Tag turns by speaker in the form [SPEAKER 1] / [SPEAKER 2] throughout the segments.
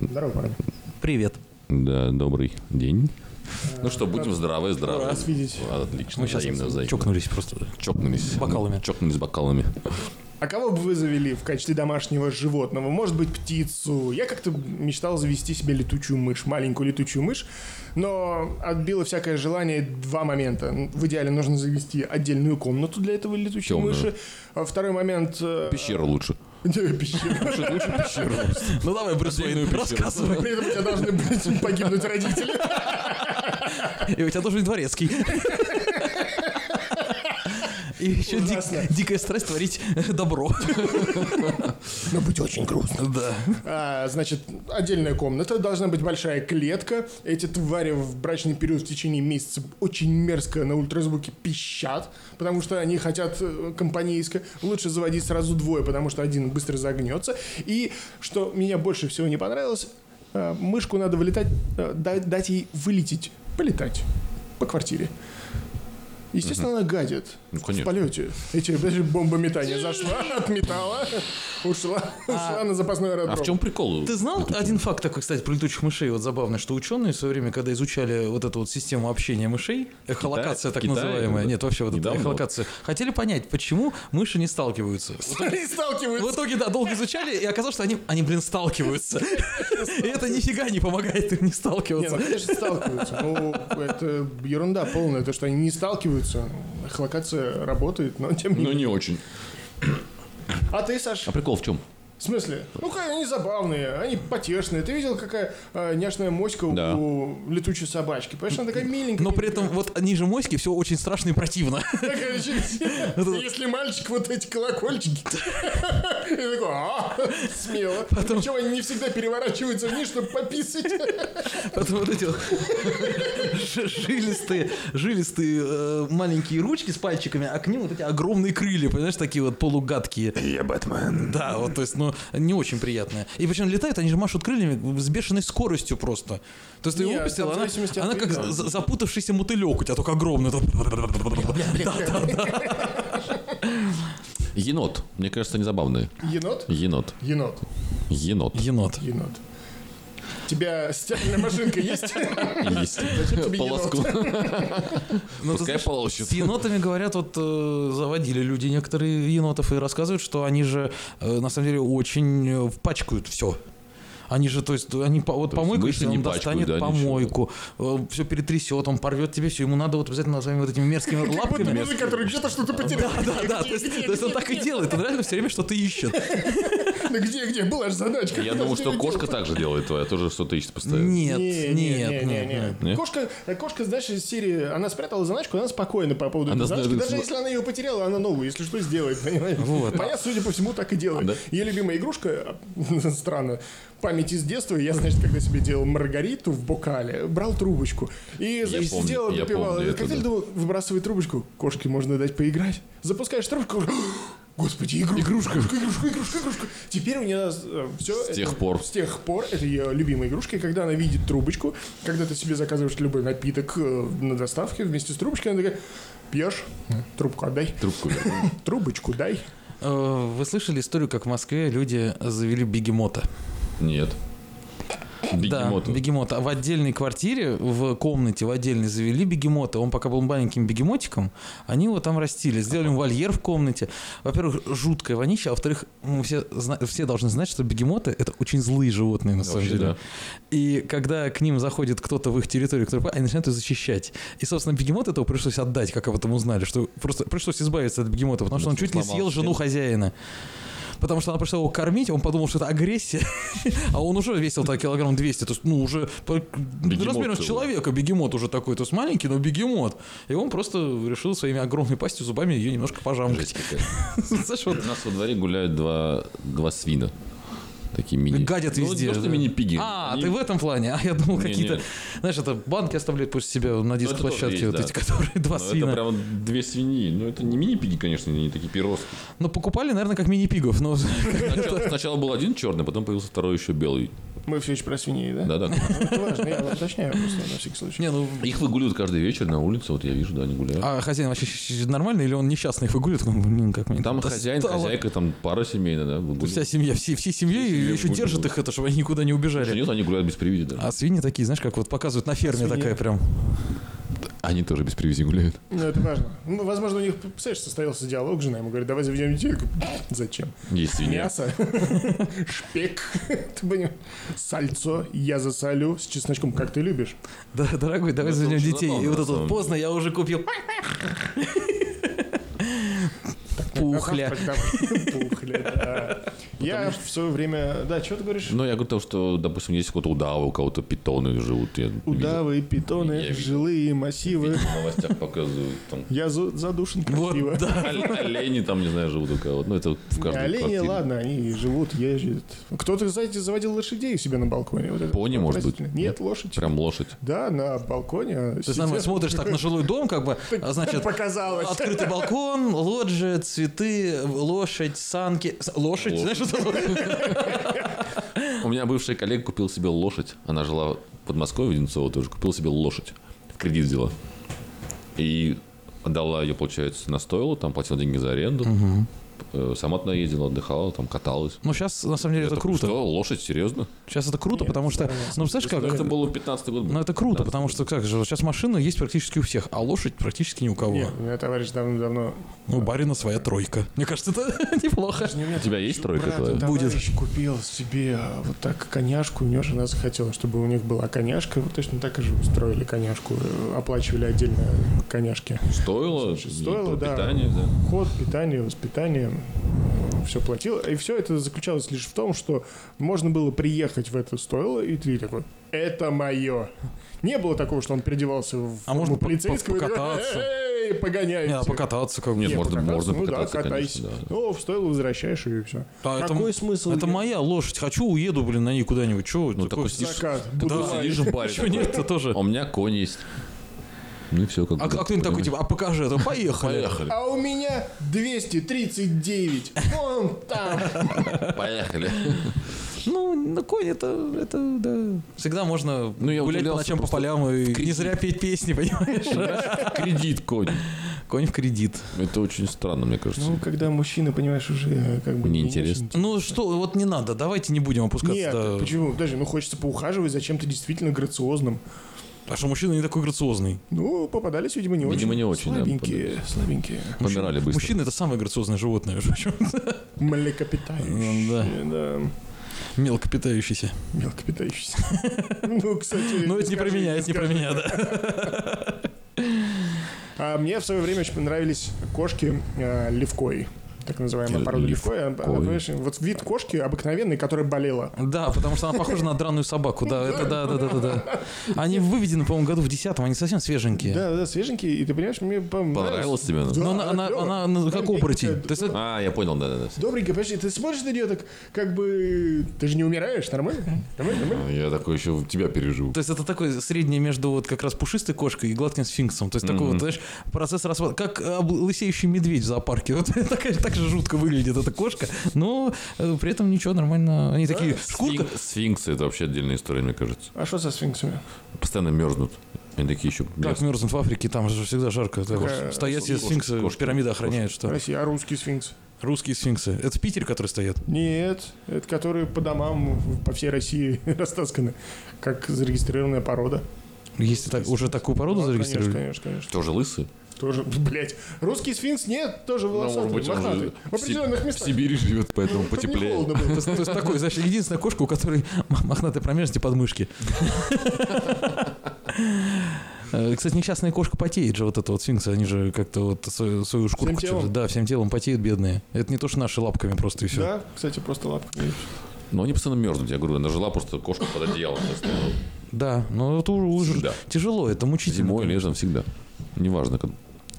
[SPEAKER 1] Здорово.
[SPEAKER 2] Привет.
[SPEAKER 3] Да, добрый день. Ну что, будем здравы, здравы.
[SPEAKER 4] Раз видеть.
[SPEAKER 3] Отлично,
[SPEAKER 2] Мы сейчас
[SPEAKER 3] взаимно, взаимно.
[SPEAKER 2] чокнулись просто.
[SPEAKER 3] Чокнулись.
[SPEAKER 2] Бокалами.
[SPEAKER 3] Чокнулись бокалами.
[SPEAKER 4] А кого бы вы завели в качестве домашнего животного? Может быть, птицу? Я как-то мечтал завести себе летучую мышь, маленькую летучую мышь, но отбило всякое желание два момента. В идеале нужно завести отдельную комнату для этого летучей
[SPEAKER 3] Темную.
[SPEAKER 4] мыши. А Второй момент... э,
[SPEAKER 3] Пещеру лучше.
[SPEAKER 4] Не, пещера.
[SPEAKER 3] Лучше пещеру.
[SPEAKER 2] Ну давай, Брюс Уэйн, рассказывай.
[SPEAKER 4] При этом у тебя должны быть погибнуть родители.
[SPEAKER 2] И у тебя должен быть дворецкий. И еще дик-
[SPEAKER 4] Ужасно.
[SPEAKER 2] дикая страсть творить добро.
[SPEAKER 4] Но быть очень грустно.
[SPEAKER 2] Да.
[SPEAKER 4] А, значит, отдельная комната, должна быть большая клетка. Эти твари в брачный период в течение месяца очень мерзко на ультразвуке пищат, потому что они хотят э, компанейско. Лучше заводить сразу двое, потому что один быстро загнется. И что меня больше всего не понравилось, э, мышку надо вылетать, э, да- дать ей вылететь, полетать по квартире. Естественно, она гадит.
[SPEAKER 3] Ну, конечно.
[SPEAKER 4] В полете. Эти даже бомбометание зашла, отметала, ушла, ушла на запасной аэродром.
[SPEAKER 3] А в чем прикол?
[SPEAKER 2] Ты знал один факт такой, кстати, про летучих мышей, вот забавный, что ученые в свое время, когда изучали вот эту вот систему общения мышей, эхолокация так
[SPEAKER 3] Китае,
[SPEAKER 2] называемая,
[SPEAKER 3] да.
[SPEAKER 2] нет, вообще вот эта
[SPEAKER 3] Недавно было.
[SPEAKER 2] эхолокация, хотели понять, почему мыши не сталкиваются.
[SPEAKER 4] Они
[SPEAKER 2] В
[SPEAKER 4] сталкиваются.
[SPEAKER 2] итоге, да, долго изучали, и оказалось, что они, они блин, сталкиваются. И это нифига не помогает им не
[SPEAKER 4] Не, ну,
[SPEAKER 2] сталкиваться.
[SPEAKER 4] конечно, сталкиваются. Ну, это ерунда полная, то, что они не сталкиваются. Эхолокация работает, но тем не
[SPEAKER 3] Ну
[SPEAKER 4] менее.
[SPEAKER 3] не очень.
[SPEAKER 4] А ты, Саш,
[SPEAKER 3] А прикол в чем?
[SPEAKER 4] в смысле? ну ка они забавные, они потешные. Ты видел, какая э, няшная моська
[SPEAKER 3] Да.
[SPEAKER 4] у летучей собачки? Понимаешь, она такая миленькая.
[SPEAKER 2] Но при этом
[SPEAKER 4] миленькая.
[SPEAKER 2] вот ниже моськи все очень страшно и противно.
[SPEAKER 4] Такая щекотина. Если мальчик, вот эти колокольчики. И такой, а, смело. Причем они не всегда переворачиваются вниз, чтобы пописать.
[SPEAKER 2] Потом вот эти вот ж- жилистые, жилистые э, маленькие ручки с пальчиками, а к ним вот эти огромные крылья, понимаешь, такие вот полугадкие.
[SPEAKER 3] Я Бэтмен.
[SPEAKER 2] Да, вот, то есть, ну, не очень приятное. И причем летают, они же машут крыльями с бешеной скоростью просто. То есть ты ее
[SPEAKER 4] Не,
[SPEAKER 2] выпустил,
[SPEAKER 4] там в
[SPEAKER 2] она,
[SPEAKER 4] зависимости от
[SPEAKER 2] она как
[SPEAKER 4] вида.
[SPEAKER 2] за- запутавшийся мотылек, у тебя только огромный. там.
[SPEAKER 3] Енот. Мне кажется, они забавные.
[SPEAKER 4] Енот?
[SPEAKER 3] Енот.
[SPEAKER 4] Енот.
[SPEAKER 3] Енот.
[SPEAKER 2] Енот.
[SPEAKER 4] Енот. У тебя стиральная машинка есть?
[SPEAKER 3] Есть.
[SPEAKER 4] Зачем тебе
[SPEAKER 3] Полоску.
[SPEAKER 4] енот?
[SPEAKER 2] Ну, ты
[SPEAKER 3] Пускай
[SPEAKER 2] знаешь,
[SPEAKER 3] полощет.
[SPEAKER 2] С енотами говорят, вот э, заводили люди некоторые енотов и рассказывают, что они же э, на самом деле очень э, пачкают все. Они же, то есть, они по- вот
[SPEAKER 3] То есть
[SPEAKER 2] помойку,
[SPEAKER 3] мыши
[SPEAKER 2] если он
[SPEAKER 3] не
[SPEAKER 2] достанет
[SPEAKER 3] пачкают, да,
[SPEAKER 2] помойку, все перетрясет, он порвет тебе все, ему надо вот обязательно своими вот этими мерзкими
[SPEAKER 4] Как будто
[SPEAKER 2] лапками.
[SPEAKER 4] мужик, который где-то что-то потерял.
[SPEAKER 2] Да, да, то есть, то есть он так и делает, он реально все время что-то ищет.
[SPEAKER 4] Да где, где? Была же задачка.
[SPEAKER 3] Я думал, что кошка так же делает твоя, тоже что-то ищет постоянно.
[SPEAKER 2] Нет,
[SPEAKER 4] Не,
[SPEAKER 2] нет,
[SPEAKER 4] не, не,
[SPEAKER 2] нет.
[SPEAKER 4] не,
[SPEAKER 2] нет.
[SPEAKER 3] нет.
[SPEAKER 4] Кошка, кошка, знаешь, из серии, она спрятала заначку, она спокойна по поводу
[SPEAKER 3] Она
[SPEAKER 4] этой заначки.
[SPEAKER 3] знает,
[SPEAKER 4] Даже
[SPEAKER 3] что-
[SPEAKER 4] если она ее потеряла, она новую, если что, сделает, понимаешь?
[SPEAKER 2] Вот.
[SPEAKER 4] Моя, судя по всему, так и делает.
[SPEAKER 3] Да?
[SPEAKER 4] Ее любимая игрушка, странно, память из детства. Я, значит, когда себе делал маргариту в бокале, брал трубочку. И, значит,
[SPEAKER 3] помню,
[SPEAKER 4] сидела,
[SPEAKER 3] я
[SPEAKER 4] допивала.
[SPEAKER 3] помню это,
[SPEAKER 4] Коктейль,
[SPEAKER 3] да.
[SPEAKER 4] думал, выбрасывай трубочку, кошке можно дать поиграть. Запускаешь трубочку, Господи, игрушка, игрушка, игрушка, игрушка, игрушка. Теперь у э, меня все.
[SPEAKER 3] С тех пор.
[SPEAKER 4] С тех пор это ее любимая игрушка, и когда она видит трубочку, когда ты себе заказываешь любой напиток э, на доставке вместе с трубочкой, она такая, пьешь, трубку отдай,
[SPEAKER 3] Трубку. верну.
[SPEAKER 4] трубочку дай.
[SPEAKER 2] Э, Вы слышали историю, как в Москве люди завели бегемота?
[SPEAKER 3] Нет. Бегемота.
[SPEAKER 2] Да, бегемота. А В отдельной квартире, в комнате, в отдельной завели бегемота. Он пока был маленьким бегемотиком, они его там растили. Сделали ему вольер в комнате. Во-первых, жуткое вонища, а во-вторых, мы все, зна- все должны знать, что бегемоты – это очень злые животные, на самом
[SPEAKER 3] Вообще,
[SPEAKER 2] деле.
[SPEAKER 3] да.
[SPEAKER 2] И когда к ним заходит кто-то в их территорию, который, они начинают ее защищать. И, собственно, бегемот этого пришлось отдать, как об этом узнали, что просто пришлось избавиться от бегемота, потому что он
[SPEAKER 3] Потому
[SPEAKER 2] чуть
[SPEAKER 3] что
[SPEAKER 2] ли
[SPEAKER 3] сломал
[SPEAKER 2] съел жену
[SPEAKER 3] стену.
[SPEAKER 2] хозяина. Потому что она пришла его кормить, он подумал, что это агрессия, а он уже весил так килограмм 200, то есть, ну, уже по- размером с
[SPEAKER 3] целый.
[SPEAKER 2] человека бегемот уже такой, то есть маленький, но бегемот. И он просто решил своими огромной пастью зубами ее немножко пожамкать.
[SPEAKER 3] Жесть какая.
[SPEAKER 2] Знаешь, вот
[SPEAKER 3] У нас во дворе гуляют два, два свина. Такие мини...
[SPEAKER 2] гадят
[SPEAKER 3] Ну,
[SPEAKER 2] везде.
[SPEAKER 3] не то, что
[SPEAKER 2] да.
[SPEAKER 3] мини-пиги.
[SPEAKER 2] А,
[SPEAKER 3] Они-
[SPEAKER 2] ты в этом плане? А я думал,
[SPEAKER 3] Не,
[SPEAKER 2] какие-то...
[SPEAKER 3] не. Ну,
[SPEAKER 2] Знаешь, это банки оставляют после себя на
[SPEAKER 3] это тоже
[SPEAKER 2] диск-площадке,
[SPEAKER 3] есть,
[SPEAKER 2] вот
[SPEAKER 3] да.
[SPEAKER 2] эти, которые два
[SPEAKER 3] Ну, это
[SPEAKER 2] свина.
[SPEAKER 3] прям две свиньи. Ну, это не мини-пиги, конечно, они такие пирожки.
[SPEAKER 2] Ну, покупали, наверное, как мини-пигов, но...
[SPEAKER 3] а Сначала, сначала был один черный, потом появился второй еще белый.
[SPEAKER 4] Мы все еще про свиней, да?
[SPEAKER 3] Да-да. конечно.
[SPEAKER 4] Это важно, я уточняю просто на всякий случай.
[SPEAKER 2] Не, ну,
[SPEAKER 3] Их выгуливают каждый вечер на улице, вот я вижу, да, они гуляют.
[SPEAKER 2] а хозяин вообще щ- щ- нормальный или он несчастный их выгуливает? Он, блин, как мне
[SPEAKER 3] Там
[SPEAKER 2] достало».
[SPEAKER 3] хозяин, хозяйка, там пара семейная,
[SPEAKER 2] Тут А,
[SPEAKER 3] да,
[SPEAKER 2] Вся
[SPEAKER 3] выгуливают.
[SPEAKER 2] семья, все, всей семьей
[SPEAKER 3] семьей
[SPEAKER 2] еще
[SPEAKER 3] выгуливают.
[SPEAKER 2] держат их это, чтобы они никуда не
[SPEAKER 3] Если
[SPEAKER 2] убежали.
[SPEAKER 3] Нет, они гуляют без привязи даже.
[SPEAKER 2] А свиньи такие, знаешь, как вот показывают на ферме
[SPEAKER 4] Свиньи.
[SPEAKER 2] такая прям. А,
[SPEAKER 3] Они тоже без привязи гуляют.
[SPEAKER 4] Ну, это важно. Ну, возможно, у них, представляешь, состоялся диалог, жена ему говорит, давай заведем детей. Я говорю, Зачем?
[SPEAKER 3] Есть свинья.
[SPEAKER 4] Мясо, шпек, ты понимаешь? Сальцо, я засолю с чесночком, как ты любишь.
[SPEAKER 2] Да, дорогой, давай
[SPEAKER 3] это
[SPEAKER 2] заведем
[SPEAKER 3] очень
[SPEAKER 2] детей.
[SPEAKER 3] забавно,
[SPEAKER 2] И вот
[SPEAKER 3] на
[SPEAKER 2] это вот
[SPEAKER 3] самом
[SPEAKER 2] поздно, я уже купил. Пухля.
[SPEAKER 4] Пухля, да. Я в свое время... Да, что ты говоришь?
[SPEAKER 3] Ну, я говорю то, что, допустим, есть у кого-то удавы, у кого-то питоны живут. Я видел.
[SPEAKER 4] Удавы, питоны,
[SPEAKER 3] Я видел.
[SPEAKER 4] жилые массивы.
[SPEAKER 3] В новостях показывают там.
[SPEAKER 4] Я зу- задушен красиво.
[SPEAKER 2] Вот, да.
[SPEAKER 3] Оле- Олени там, не знаю, живут у кого Ну, это в каждой
[SPEAKER 4] Олени,
[SPEAKER 3] квартире.
[SPEAKER 4] ладно, они живут, ездят. Кто-то, знаете, заводил лошадей у себя на балконе. Вот это
[SPEAKER 3] Пони, может быть?
[SPEAKER 4] отвратительно. Нет, лошадь.
[SPEAKER 3] Прям лошадь.
[SPEAKER 4] Да, на балконе. а
[SPEAKER 2] То есть
[SPEAKER 4] сидят.
[SPEAKER 2] нормально смотришь так на жилой дом, как бы, а значит,
[SPEAKER 4] Показалось.
[SPEAKER 2] открытый балкон, лоджия, цветы, лошадь, санки. С- Лошадь,
[SPEAKER 3] Лошадь.
[SPEAKER 2] знаешь, что такое?
[SPEAKER 3] У меня бывший коллега купил себе лошадь. Она жила в Подмосковье, в Одинцово тоже. Купила себе лошадь. В кредит взяла. И отдала ее, получается, на стойло. Там платила деньги за аренду. Э, Сама туда ездила, отдыхала, там каталась.
[SPEAKER 2] Ну, сейчас, на самом деле,
[SPEAKER 3] Я
[SPEAKER 2] это
[SPEAKER 3] такой,
[SPEAKER 2] круто.
[SPEAKER 3] Что, лошадь, серьезно?
[SPEAKER 2] Сейчас это круто,
[SPEAKER 4] Нет,
[SPEAKER 2] потому что, ну, представляешь, как...
[SPEAKER 3] Ну, это было 15 год. был.
[SPEAKER 2] Ну, это круто, потому что, как же, сейчас машина есть практически у всех, а лошадь практически ни у кого.
[SPEAKER 4] Нет, у меня товарищ давно-давно...
[SPEAKER 2] Ну, у барина своя тройка. Мне кажется, это неплохо.
[SPEAKER 3] У тебя есть тройка
[SPEAKER 4] Брат,
[SPEAKER 3] твоя?
[SPEAKER 4] он
[SPEAKER 2] Будет.
[SPEAKER 4] товарищ купил себе а, вот так коняшку, у него жена захотела, чтобы у них была коняшка, вот точно так же устроили коняшку, э, оплачивали отдельно коняшки.
[SPEAKER 3] Стоило,
[SPEAKER 4] Стоило,
[SPEAKER 3] и
[SPEAKER 4] да.
[SPEAKER 3] питание, ну, да.
[SPEAKER 4] Ход, питание, воспитание, все платил. И все это заключалось лишь в том, что можно было приехать в это стоило, и ты такой, это мое. Не было такого, что он переодевался в
[SPEAKER 2] А можно
[SPEAKER 4] форму
[SPEAKER 2] по-
[SPEAKER 4] полицейского и такой,
[SPEAKER 2] покататься?
[SPEAKER 4] «Эй, погоняйте.
[SPEAKER 2] Не, а покататься как бы.
[SPEAKER 3] Нет,
[SPEAKER 4] Не,
[SPEAKER 3] можно,
[SPEAKER 4] покататься,
[SPEAKER 3] можно
[SPEAKER 4] ну
[SPEAKER 3] покататься,
[SPEAKER 4] да, катайся.
[SPEAKER 3] конечно, да.
[SPEAKER 4] Ну, в стоило возвращаешь и все.
[SPEAKER 2] А это-
[SPEAKER 4] Какой смысл?
[SPEAKER 2] Это моя лошадь. Хочу, уеду, блин, на ней куда-нибудь. Че?
[SPEAKER 3] Ну, такой сидишь,
[SPEAKER 4] Закат.
[SPEAKER 3] такой
[SPEAKER 4] Будулай.
[SPEAKER 3] сидишь в баре.
[SPEAKER 2] Чего
[SPEAKER 3] такой,
[SPEAKER 2] нет, это тоже.
[SPEAKER 3] А у меня конь есть. Ну и все, как
[SPEAKER 2] А, а
[SPEAKER 3] бы,
[SPEAKER 2] кто-нибудь такой,
[SPEAKER 3] понимаешь?
[SPEAKER 2] типа, а покажи это, поехали.
[SPEAKER 3] Поехали,
[SPEAKER 4] А у меня 239. Вон там.
[SPEAKER 3] поехали.
[SPEAKER 2] Ну, на конь это, это, да. Всегда можно
[SPEAKER 3] Ну, я
[SPEAKER 2] гулять по
[SPEAKER 3] удивлялся
[SPEAKER 2] ночам по
[SPEAKER 3] просто
[SPEAKER 2] полям и не
[SPEAKER 3] кредит.
[SPEAKER 2] зря петь песни, понимаешь?
[SPEAKER 3] Кредит конь.
[SPEAKER 2] Конь в кредит.
[SPEAKER 3] Это очень странно, мне кажется.
[SPEAKER 4] Ну, когда мужчина, понимаешь, уже э, как бы...
[SPEAKER 3] Неинтересно.
[SPEAKER 2] Ну что, вот не надо, давайте не будем
[SPEAKER 4] не очень-
[SPEAKER 2] опускаться.
[SPEAKER 4] Нет,
[SPEAKER 2] до-
[SPEAKER 4] почему? Даже, ну, хочется поухаживать за чем-то действительно грациозным.
[SPEAKER 2] А что мужчина не такой грациозный?
[SPEAKER 4] Ну, попадались, видимо, не очень.
[SPEAKER 3] Видимо, не очень, да,
[SPEAKER 4] Слабенькие, слабенькие.
[SPEAKER 3] Помирали быстро.
[SPEAKER 2] Мужчина это самое грациозное животное, между прочим.
[SPEAKER 3] Ну
[SPEAKER 4] Млекопитающие, да.
[SPEAKER 2] Мелкопитающийся.
[SPEAKER 4] Мелкопитающиеся. Ну, кстати...
[SPEAKER 2] Ну, это не про
[SPEAKER 4] скажи,
[SPEAKER 2] меня, это не про
[SPEAKER 4] скажи.
[SPEAKER 2] меня, да.
[SPEAKER 4] А мне в свое время очень понравились кошки э, левкой. Так называемая
[SPEAKER 3] Э,
[SPEAKER 4] порода
[SPEAKER 3] левкой.
[SPEAKER 4] левкой. Она, она, понимаешь, вот вид кошки обыкновенный, которая болела.
[SPEAKER 2] Да, потому что она похожа на драную собаку. Да, это да, да, да, да, да. Они выведены, по-моему, году в десятом, они совсем свеженькие.
[SPEAKER 4] Да, да, свеженькие. И ты понимаешь, мне понравилось.
[SPEAKER 3] Понравилось тебе? она?
[SPEAKER 4] Да,
[SPEAKER 2] Но она, она,
[SPEAKER 4] клёво.
[SPEAKER 2] она, ну, как
[SPEAKER 4] Маленькая
[SPEAKER 2] оборотень.
[SPEAKER 4] такая,
[SPEAKER 2] То есть это-
[SPEAKER 3] А, я понял, да-да-да.
[SPEAKER 4] Добренько, подожди, ты смотришь на нее так, как бы... Ты же не умираешь, нормально? Нормально, нормально?
[SPEAKER 3] Ну, Я такой еще тебя переживу.
[SPEAKER 2] то есть это такое среднее между вот как раз пушистой кошкой и гладким сфинксом. То есть такой вот, знаешь, процесс распада. Как э, об- лысеющий медведь в зоопарке. Вот такая- так же жутко выглядит эта кошка, но э, при этом ничего нормально. Они такие, шкурка...
[SPEAKER 3] Сфинкс- Сфинксы это вообще отдельная история, мне кажется.
[SPEAKER 4] А что со сфинксами?
[SPEAKER 3] Постоянно мерзнут. Они такие еще
[SPEAKER 2] Как
[SPEAKER 3] мерз-
[SPEAKER 2] мерзнут в Африке, там же всегда жарко. Это
[SPEAKER 4] Кошки.
[SPEAKER 2] вот Стоят
[SPEAKER 3] Кошки,
[SPEAKER 2] себе сфинксы,
[SPEAKER 3] кошки,
[SPEAKER 2] пирамиды
[SPEAKER 3] кошки.
[SPEAKER 2] охраняют, что
[SPEAKER 4] Россия, а русский сфинкс?
[SPEAKER 2] русские сфинксы. Это в Питере, которые стоят.
[SPEAKER 4] Нет, это которые по домам в- по всей России растасканы, как зарегистрированная порода.
[SPEAKER 2] Если так, уже такую породу
[SPEAKER 4] Ну,
[SPEAKER 2] зарегистрировали.
[SPEAKER 4] Конечно, конечно,
[SPEAKER 3] Тоже лысые?
[SPEAKER 4] конечно. Тоже, блядь, русский сфинкс нет, тоже
[SPEAKER 3] Ну,
[SPEAKER 4] волосатый,
[SPEAKER 3] может быть, он
[SPEAKER 4] мохнатый.
[SPEAKER 3] же
[SPEAKER 4] В определенных
[SPEAKER 3] Си- в
[SPEAKER 4] местах.
[SPEAKER 3] Сибири живет, поэтому
[SPEAKER 4] Чтоб не
[SPEAKER 3] потеплее.
[SPEAKER 4] холодно было.
[SPEAKER 2] То есть, то есть такой, значит, единственная кошка, у которой м- мохнатые промежности подмышки. Э, Кстати, несчастная кошка потеет же, вот это вот сфинксы, они же как-то вот свою, свою шкурку...
[SPEAKER 4] телом?
[SPEAKER 2] через- Да, всем телом потеют бедные. Это не то, что наши лапками просто и все.
[SPEAKER 4] Да, кстати, просто лапка.
[SPEAKER 3] Но они постоянно мерзнут. Я говорю, она жила просто кошка под одеялом. постоянно.
[SPEAKER 2] Да, ну но это уже
[SPEAKER 3] Всегда.
[SPEAKER 2] тяжело, это мучительно.
[SPEAKER 3] Зимой, летом всегда. Неважно, как